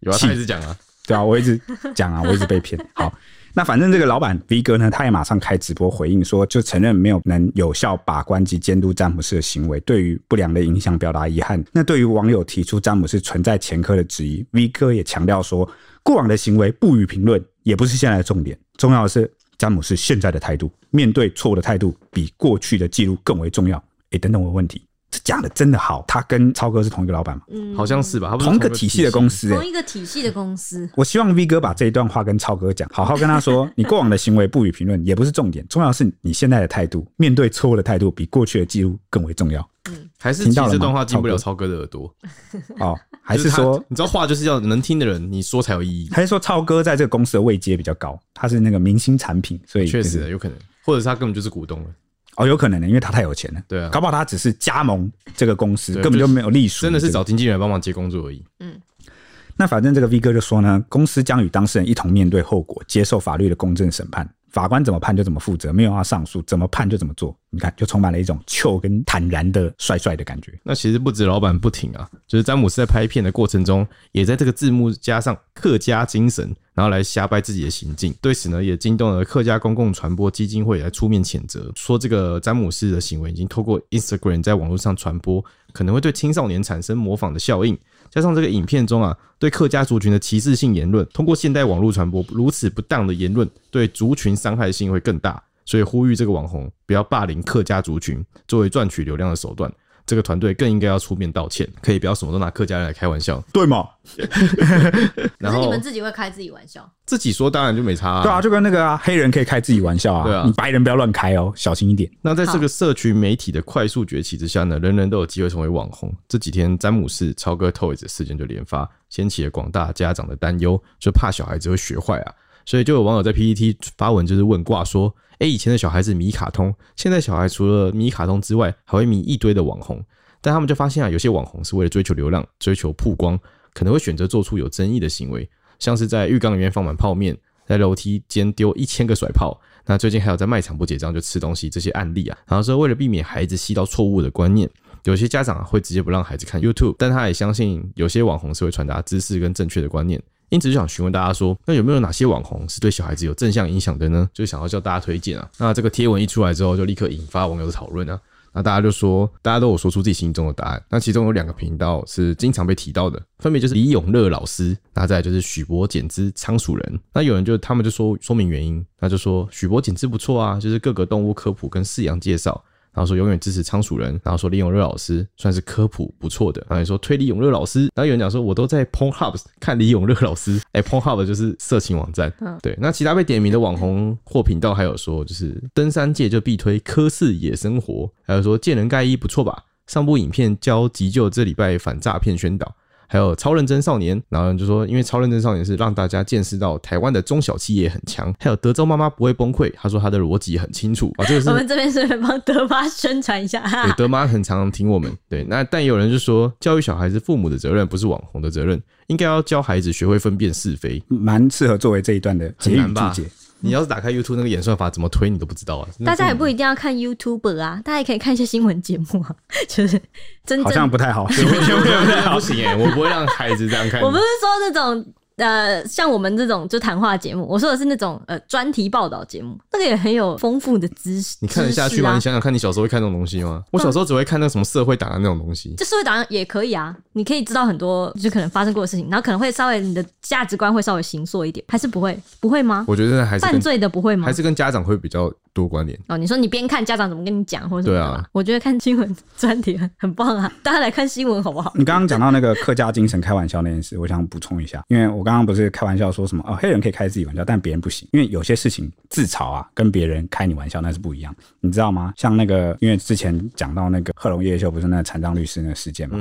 Speaker 4: 有啊，
Speaker 2: 气
Speaker 4: 他一直讲啊，
Speaker 2: 对啊，我一直讲啊，我一直被骗。好，那反正这个老板 V 哥呢，他也马上开直播回应说，就承认没有能有效把关及监督詹姆斯的行为，对于不良的影响表达遗憾。那对于网友提出詹姆斯存在前科的质疑，V 哥也强调说，过往的行为不予评论，也不是现在的重点，重要的是詹姆斯现在的态度，面对错误的态度比过去的记录更为重要。诶，等等，我有问题，这讲的真的好？他跟超哥是同一个老板吗？
Speaker 3: 嗯，
Speaker 4: 好像是吧？他不是
Speaker 2: 同一个体系的公，司、诶。
Speaker 3: 同一个体系的公司，
Speaker 2: 我希望 V 哥把这一段话跟超哥讲，好好跟他说，你过往的行为不予评论，也不是重点，重要的是你现在的态度，面对错误的态度比过去的记录更为 重要。
Speaker 4: 还是
Speaker 2: 听
Speaker 4: 其
Speaker 2: 到
Speaker 4: 实
Speaker 2: 了
Speaker 4: 这
Speaker 2: 吗
Speaker 4: 段话进不了
Speaker 2: 超
Speaker 4: 超哥的耳朵，
Speaker 2: 哦，还是
Speaker 4: 就他
Speaker 2: 说，
Speaker 4: 你知道话就是要能听的人，你说才有意义。
Speaker 2: 还是说超哥在这个公司的位阶比较高，他是那个明星产品，所以
Speaker 4: 确
Speaker 2: 就是
Speaker 4: 实啊有可能，或者是他根本就是股东了，
Speaker 2: 哦，有可能的，因为他太有钱了。
Speaker 4: 对啊
Speaker 2: 搞不好他只是加盟这个公司，
Speaker 4: 对
Speaker 2: 根本就没有隶属。
Speaker 4: 真的是
Speaker 2: 对不对
Speaker 4: 找经纪人来帮忙接工作而已。
Speaker 2: 那反正这个 V 哥就说呢，公司将与当事人一同面对后果，接受法律的公正审判。法官怎么判就怎么负责，没有要啊上诉，怎么判就怎么做。你看，就充满了一种糗跟坦然的帅帅的感觉。
Speaker 4: 那其实不止老板不挺啊，就是詹姆斯在拍片的过程中，也在这个字幕加上客家精神，然后来瞎掰自己的行径。对此呢，也惊动了客家公共传播基金会来出面谴责，说这个詹姆斯的行为已经透过 Instagram 在网络上传播，可能会对青少年产生模仿的效应。加上这个影片中啊，对客家族群的歧视性言论，通过现代网络传播，如此不当的言论对族群伤害性会更大，所以呼吁这个网红不要霸凌客家族群作为赚取流量的手段。这个团队更应该要出面道歉，可以不要什么都拿客家人来开玩笑。
Speaker 2: 对嘛？
Speaker 4: 然
Speaker 3: 可是你
Speaker 4: 后
Speaker 3: 们自己会开自己玩笑，
Speaker 4: 自己说当然就没差、啊
Speaker 2: 对啊，就跟那个啊，黑人可以开自己玩笑啊，
Speaker 4: 对啊
Speaker 2: 你白人不要乱开哦，小心一点。
Speaker 4: 那在这个社群媒体的快速崛起之下呢，人人都有机会成为网红。这几天，詹姆斯超哥 Toys 的事件就连发，掀起了广大家长的担忧，就怕小孩子会学坏啊。所以就有网友在 PPT 发文，就是问卦说：“哎、以前的小孩子迷卡通，现在小孩除了迷卡通之外，还会迷一堆的网红。”但他们就发现啊，有些网红是为了追求流量、追求曝光，可能会选择做出有争议的行为，像是在浴缸里面放满泡面，在楼梯间丢一千个甩炮。那最近还有在卖场不结账就吃东西这些案例啊，然后说为了避免孩子吸到错误的观念，有些家长啊会直接不让孩子看 YouTube，但他也相信有些网红是会传达知识跟正确的观念，因此就想询问大家说，那有没有哪些网红是对小孩子有正向影响的呢？就想要叫大家推荐啊。那这个贴文一出来之后，就立刻引发网友的讨论啊。那大家就说，大家都有说出自己心中的答案。那其中有两个频道是经常被提到的，分别就是李永乐老师，那再来就是许博简之仓鼠人。那有人就他们就说说明原因，那就说许博简之不错啊，就是各个动物科普跟饲养介绍。然后说永远支持仓鼠人，然后说李永乐老师算是科普不错的，然后也说推李永乐老师，然后有人讲说我都在 Pornhub 看李永乐老师，哎，Pornhub 就是色情网站，对。那其他被点名的网红或频道还有说，就是登山界就必推科氏野生活，还有说见人盖伊不错吧，上部影片教急救这礼拜反诈骗宣导，还有超认真少年，然后就说因为超认真少年是让大家见识到台湾的中小企业很强，还有德州妈妈不会崩溃，他说他的逻辑很清楚啊，这个是
Speaker 3: 我们这边是帮德妈宣传一下，哈
Speaker 4: 对，
Speaker 3: 哈
Speaker 4: 德妈很常听我们。对，那但也有人就说，教育小孩是父母的责任，不是网红的责任，应该要教孩子学会分辨是非。
Speaker 2: 蛮适合作为这一段的结
Speaker 4: 嗯很
Speaker 2: 语
Speaker 4: 难
Speaker 2: 注
Speaker 4: 吧
Speaker 2: 解。
Speaker 4: 你要是打开 YouTube 那个演算法，怎么推你都不知道啊！
Speaker 3: 大家也不一定要看 YouTube 啊，大家也可以看一些新闻节目啊， 就是真
Speaker 2: 好像
Speaker 3: 正。
Speaker 2: 不太好，
Speaker 4: 对我觉得这 样不行哎、我不会让孩子这样看。
Speaker 3: 啊我不是说那种呃，像我们这种就谈话节目，我说的是那种呃专题报道节目，那个也很有丰富的知识。
Speaker 4: 你看得下去吗？你
Speaker 3: 知识啊？
Speaker 4: 想想看，你小时候会看那种东西吗？我小时候只会看那个什么社会档案那种东西。
Speaker 3: 这社会档案也可以啊，你可以知道很多就可能发生过的事情，然后可能会稍微你的价值观会稍微形塑一点，还是不会？不会吗？
Speaker 4: 我觉得还是
Speaker 3: 犯
Speaker 4: 跟
Speaker 3: 罪的不会吗
Speaker 4: 还？是跟家长会比较多关联。
Speaker 3: 哦，你说你边看家长怎么跟你讲或者什么的
Speaker 4: 对
Speaker 3: 吧
Speaker 4: 啊
Speaker 3: 我觉得看新闻专题很很棒啊， 大家来看新闻好不好？
Speaker 2: 你刚刚讲到那个客家精神开玩笑那件事，我想补充一下，因为我刚刚不是开玩笑说什么哦，黑人可以开自己玩笑，但别人不行，因为有些事情自嘲啊，跟别人开你玩笑那是不一样，你知道吗？像那个，因为之前讲到那个贺龙夜秀不是那个残障律师那个事件嘛，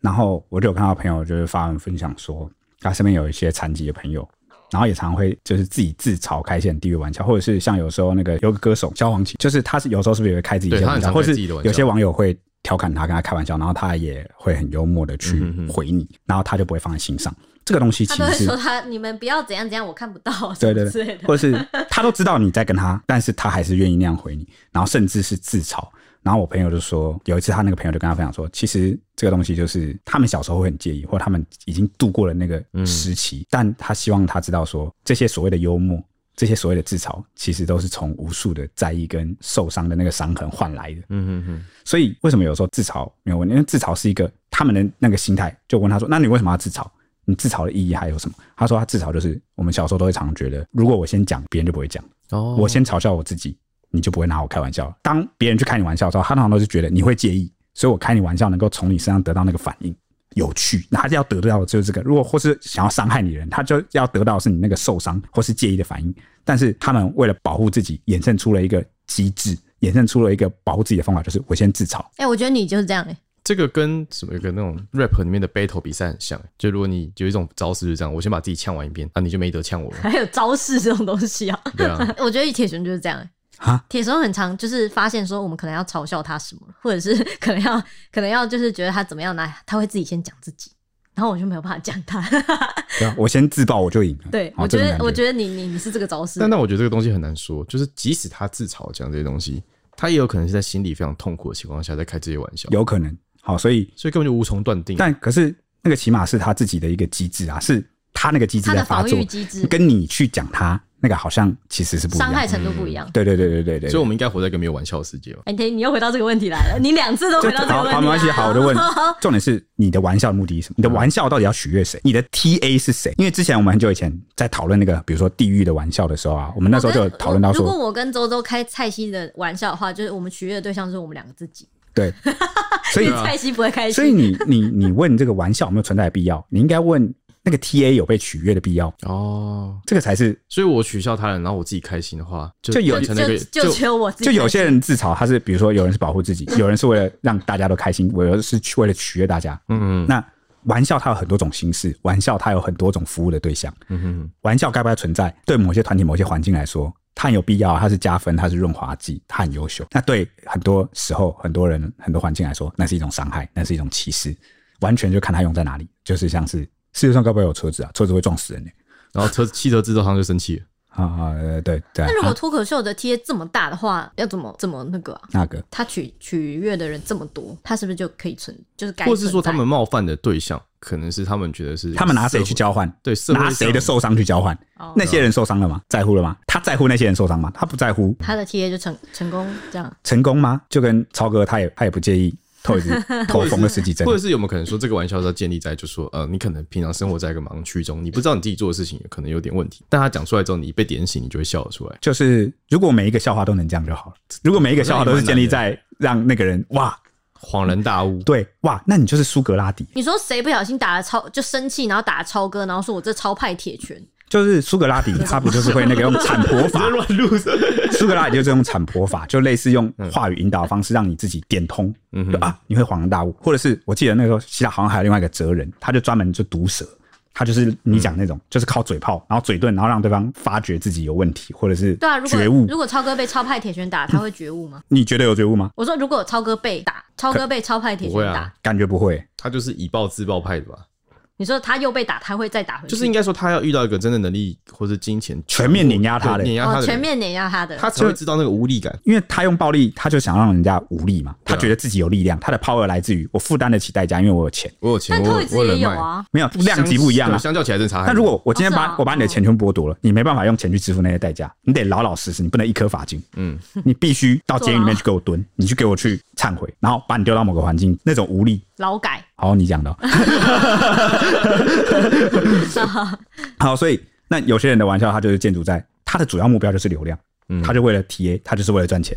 Speaker 2: 然后我就有看到朋友就是发文分享说，他身边有一些残疾的朋友。然后也常会就是自己自嘲开一些很地狱玩笑，或者是像有时候那个有个歌手萧煌奇，就是他是有时候是不是也会开自己一些
Speaker 4: 对他
Speaker 2: 玩
Speaker 4: 很
Speaker 2: 笑，
Speaker 4: 常
Speaker 2: 或
Speaker 4: 开
Speaker 2: 是
Speaker 4: 自己的玩笑
Speaker 2: 有些网友会调侃他，跟他开玩笑，然后他也会很幽默的去
Speaker 4: 嗯哼哼
Speaker 2: 回你，然后他就不会放在心上。这个东西
Speaker 3: 他
Speaker 2: 其
Speaker 3: 都
Speaker 2: 实
Speaker 3: 会
Speaker 2: 是
Speaker 3: 说他你们不要怎样怎样，我看不到，
Speaker 2: 对对
Speaker 3: 之
Speaker 2: 对，
Speaker 3: 类的。
Speaker 2: 或是他都知道你在跟他，但是他还是愿意那样回你，然后甚至是自嘲。然后我朋友就说，有一次他那个朋友就跟他分享说，其实这个东西就是他们小时候会很介意，或他们已经度过了那个时期，但他希望他知道说，这些所谓的幽默，这些所谓的自嘲，其实都是从无数的在意跟受伤的那个伤痕换来的。
Speaker 4: 嗯嗯嗯，
Speaker 2: 所以为什么有时候自嘲没有问题？因为自嘲是一个他们的那个心态。就问他说：“那你为什么要自嘲？你自嘲的意义还有什么？”他说：“他自嘲就是我们小时候都会常觉得，如果我先讲，别人就不会讲；
Speaker 4: 哦
Speaker 2: 我先嘲笑我自己，你就不会拿我开玩笑。当别人去开你玩笑的时候，他通常都是觉得你会介意，所以我开你玩笑能够从你身上得到那个反应。”有趣， 那他要得到的就是这个。如果或是想要伤害你的人，他就要得到的是你那个受伤或是介意的反应。但是他们为了保护自己，衍生出了一个机制，衍生出了一个保护自己的方法，就是我先自嘲，
Speaker 3: 哎、我觉得你就是这样哎、
Speaker 4: 这个跟什么有个那种 rap 里面的 battle 比赛很像，就如果你有一种招式是这样，我先把自己呛完一遍，啊，你就没得呛我了，
Speaker 3: 还有招式这种东西啊。
Speaker 4: 对 啊，
Speaker 3: 我觉得铁熊就是这样哎、
Speaker 2: 啊
Speaker 3: 铁熊很常就是发现说我们可能要嘲笑他什么，或者是 可能要可能要就是觉得他怎么样来，他会自己先讲自己，然后我就没有办法讲他。
Speaker 2: 对啊，我先自爆我就赢了。
Speaker 3: 对，
Speaker 2: 哦
Speaker 3: 我
Speaker 2: 这
Speaker 3: 觉
Speaker 2: 种
Speaker 3: 得
Speaker 2: 感
Speaker 3: 我觉得你你你是这个招式
Speaker 4: 但，那我觉得这个东西很难说，就是即使他自嘲讲这些东西，他也有可能是在心里非常痛苦的情况下在开这些玩笑，
Speaker 2: 有可能。好，所以
Speaker 4: 所以根本就无从断定。
Speaker 2: 但可是那个起码是他自己的一个机制啊，是他那个机制
Speaker 3: 他
Speaker 2: 在
Speaker 3: 的
Speaker 2: 发
Speaker 3: 防
Speaker 2: 作
Speaker 3: 御，机制
Speaker 2: 跟你去讲他那个好像其实是不一
Speaker 3: 伤害
Speaker 2: 样。
Speaker 3: 程度不一样。
Speaker 2: 对对对对对对。
Speaker 4: 所以我们应该活在一个没有玩笑的世界嘛？
Speaker 3: 哎、你你又回到这个问题来了，你两次都
Speaker 2: 就
Speaker 3: 回到这个
Speaker 2: 好，
Speaker 3: 问题啊
Speaker 2: 好，没关系，
Speaker 3: 来了
Speaker 2: 好，我就 问，重点是你的玩笑的目的是什么？你的玩笑到底要取悦谁？你的 TA 是谁？因为之前我们很久以前在讨论那个，比如说地狱的玩笑的时候啊，我们那时候就有
Speaker 3: 我跟
Speaker 2: 讨论到
Speaker 3: 哦我如果
Speaker 2: 说，
Speaker 3: 我跟周周开蔡西的玩笑的话，就是我们取悦的对象就是我们两个自己，
Speaker 2: 对，所以
Speaker 3: 因为蔡西不会开心。
Speaker 2: 所以你你你问这个玩笑有没有存在的必要？你应该问那个 TA 有被取悦的必要，
Speaker 4: 哦，
Speaker 2: 这个才是
Speaker 4: 所以我取笑他人，然后我自己开心的话，就
Speaker 2: 就有
Speaker 4: 完成那
Speaker 3: 就
Speaker 4: 个
Speaker 3: 就就只有我自己
Speaker 2: 就
Speaker 3: 开心，
Speaker 2: 有些人自嘲，他是比如说有人是保护 自己，有人是为了让大家都开心，我有的是去为了取悦大家。
Speaker 4: 嗯嗯
Speaker 2: 那玩笑它有很多种形式，玩笑它有很多种服务的对象。
Speaker 4: 嗯嗯
Speaker 2: 玩笑该不该存在？对某些团体、某些环境来说，它很有必要啊，它是加分，它是润滑剂，它很优秀。那对很多时候、很多人、很多环境来说，那是一种伤害，那是一种歧视，完全就看它用在哪里。就是像是世界上该不该有车子啊？车子会撞死人的、
Speaker 4: 然后车汽车制造商就生气了，
Speaker 2: 啊啊！呃对对啊
Speaker 3: 那如果
Speaker 2: 啊
Speaker 3: 脱口秀的贴这么大的话，要怎么怎么那个、啊？
Speaker 2: 那个
Speaker 3: 他取取悦的人这么多，他是不是就可以存？就是该
Speaker 4: 或是说
Speaker 3: 存在
Speaker 4: 他们冒犯的对象可能是他们觉得是
Speaker 2: 他们拿谁去交换？
Speaker 4: 对社会
Speaker 2: 拿谁的
Speaker 4: 上
Speaker 2: 受伤去交换？
Speaker 3: 哦
Speaker 2: 那些人受伤了吗？在乎了吗？他在乎那些人受伤吗？他不在乎
Speaker 3: 他的贴就成成功这样？
Speaker 2: 成功吗？就跟超哥，他也他也不介意透一子 头缝了十几针
Speaker 4: 或。者是有没有可能说，这个玩笑是要建立在，就说呃，你可能平常生活在一个盲区中，你不知道你自己做的事情可能有点问题，但他讲出来之后，你一被点醒，你就会笑得出来。
Speaker 2: 就是如果每一个笑话都能这样就好了。如果每一个笑话都是建立在让那个人哇，
Speaker 4: 恍然大悟，
Speaker 2: 对哇，那你就是苏格拉底。
Speaker 3: 你说谁不小心打了超就生气，然后打了超哥，然后说我这超派铁拳，
Speaker 2: 就是苏格拉底，他不就是会那个用产婆法
Speaker 4: 乱录，
Speaker 2: 苏格拉底就是用产婆法，就类似用话语引导的方式，让你自己点通，
Speaker 4: 嗯哼
Speaker 2: 就啊，你会恍然大悟。或者是我记得那时候希腊好像还有另外一个哲人，他就专门就毒舌，他就是你讲那种，
Speaker 4: 嗯
Speaker 2: 就是靠嘴炮，然后嘴遁，然后让对方发觉自己有问题，或者是
Speaker 3: 对啊，如
Speaker 2: 觉
Speaker 3: 果
Speaker 2: 悟。
Speaker 3: 如果超哥被超派铁拳打，他会觉悟吗？
Speaker 2: 你觉得有觉悟吗？
Speaker 3: 我说如果超哥被打，超哥被超派铁
Speaker 4: 不会
Speaker 3: 拳
Speaker 4: 啊
Speaker 3: 打，
Speaker 2: 感觉不会。
Speaker 4: 他就是以暴制暴派的吧？
Speaker 3: 你说他又被打，他会再打回去，
Speaker 4: 就是应该说他要遇到一个真的能力或是金钱
Speaker 2: 全面碾压他的
Speaker 4: 对碾压他的
Speaker 3: 哦，
Speaker 4: 人，
Speaker 3: 全面碾压他的。
Speaker 4: 他才会知道那个无力感。
Speaker 2: 因为他用暴力，他就想让人家无力嘛，他
Speaker 4: 对啊
Speaker 2: 觉得自己有力量，他的 power 来自于我负担得起代价，因为我有钱，
Speaker 4: 我有钱，
Speaker 3: 但
Speaker 4: 我
Speaker 3: 兔
Speaker 4: 有
Speaker 3: 子
Speaker 4: 我
Speaker 3: 也
Speaker 4: 人
Speaker 3: 有
Speaker 4: 脉，
Speaker 3: 啊，
Speaker 2: 没有量级不一样
Speaker 4: 对
Speaker 2: 啊。
Speaker 4: 相较起来真的差很多。
Speaker 2: 但如果我今天
Speaker 3: 哦
Speaker 2: 把、
Speaker 3: 是啊
Speaker 2: 我把你的钱全部剥夺了，你没办法用钱去支付那些代价，你得老老实实，你不能一颗罚金，
Speaker 4: 嗯，
Speaker 2: 你必须到监狱里
Speaker 3: 坐牢
Speaker 2: 面去给我蹲，你去给我去忏悔，然后把你丢到某个环境，那种无力。
Speaker 3: 劳改。
Speaker 2: 好，你讲的哦、好，所以那有些人的玩笑，他就是建筑在他的主要目标就是流量，
Speaker 4: 嗯
Speaker 2: 他就为了 TA，他就是为了赚钱。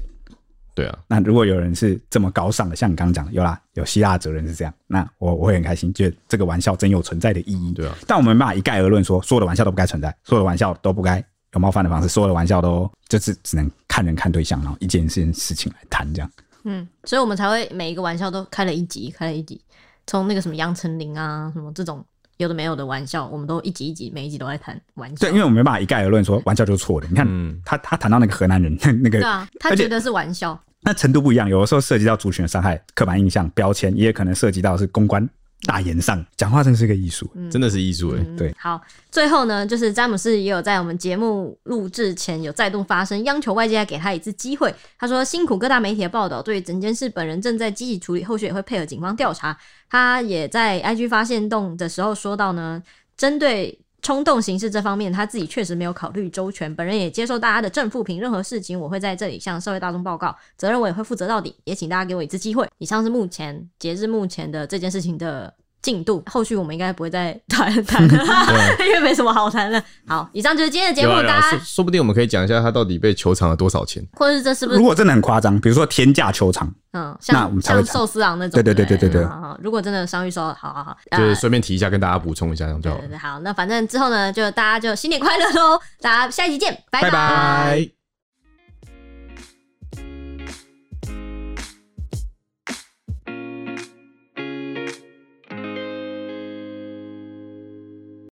Speaker 4: 对啊，
Speaker 2: 那如果有人是这么高尚的，像你刚刚讲的，有啦，有希腊哲人是这样，那我我会很开心，觉得这个玩笑真有存在的意义。
Speaker 4: 对啊，
Speaker 2: 但我们没办法一概而论说，所有的玩笑都不该存在，所有的玩笑都不该有冒犯的方式，所有的玩笑都就是只能看人看对象，然后一件事事情来谈这样。
Speaker 3: 嗯，所以我们才会每一个玩笑都开了一集，开了一集，从那个什么杨丞琳啊，什么这种有的没有的玩笑，我们都一集一集，每一集都在谈玩笑
Speaker 2: 对，因。为我们没办法一概而论说玩笑就是错的。你看，
Speaker 4: 嗯
Speaker 2: 他他谈到那个河南人 那个
Speaker 3: 对啊，他
Speaker 2: 而且
Speaker 3: 觉得是玩笑，
Speaker 2: 那程度不一样，有的时候涉及到族群的伤害、刻板印象、标签，也可能涉及到是公关大言上，讲话真是个艺术。
Speaker 4: 真的是艺术哎。
Speaker 3: 嗯
Speaker 2: 对
Speaker 3: 好，最后呢，就是詹姆斯也有在我们节目录制前有再度发声，央求外界再给他一次机会。他说，辛苦各大媒体的报道，对于整件事本人正在积极处理，后续也会配合警方调查。他也在 IG 发现动的时候说到呢，针对。冲动行事这方面，他自己确实没有考虑周全。本人也接受大家的正负评，任何事情我会在这里向社会大众报告，责任我也会负责到底。也请大家给我一次机会。以上是目前 截至目前的这件事情的进度，后续我们应该不会再谈谈了，因为没什么好谈了。好，以上就是今天的节
Speaker 4: 有
Speaker 3: 目，
Speaker 4: 啊有啊
Speaker 3: 大
Speaker 4: 说
Speaker 3: 家
Speaker 4: 说不定我们可以讲一下他到底被球场了多少钱。
Speaker 3: 或者是这是不
Speaker 2: 如
Speaker 3: 是
Speaker 2: 果真的很夸张，比如说天价球场，
Speaker 3: 嗯，
Speaker 2: 那我
Speaker 3: 像
Speaker 2: 们才会
Speaker 3: 像
Speaker 2: 谈
Speaker 3: 寿啊司郎那种，
Speaker 2: 对对对
Speaker 3: 不
Speaker 2: 对对对
Speaker 3: 好好好如果真的伤愈收，好好好，呃
Speaker 4: 就是顺便提一下，跟大家补充一下，这样就
Speaker 3: 对
Speaker 4: 好
Speaker 3: 对
Speaker 4: 了。
Speaker 3: 对，好，那反正之后呢，就大家就新年快乐喽，大家下一集见，拜
Speaker 4: 拜拜。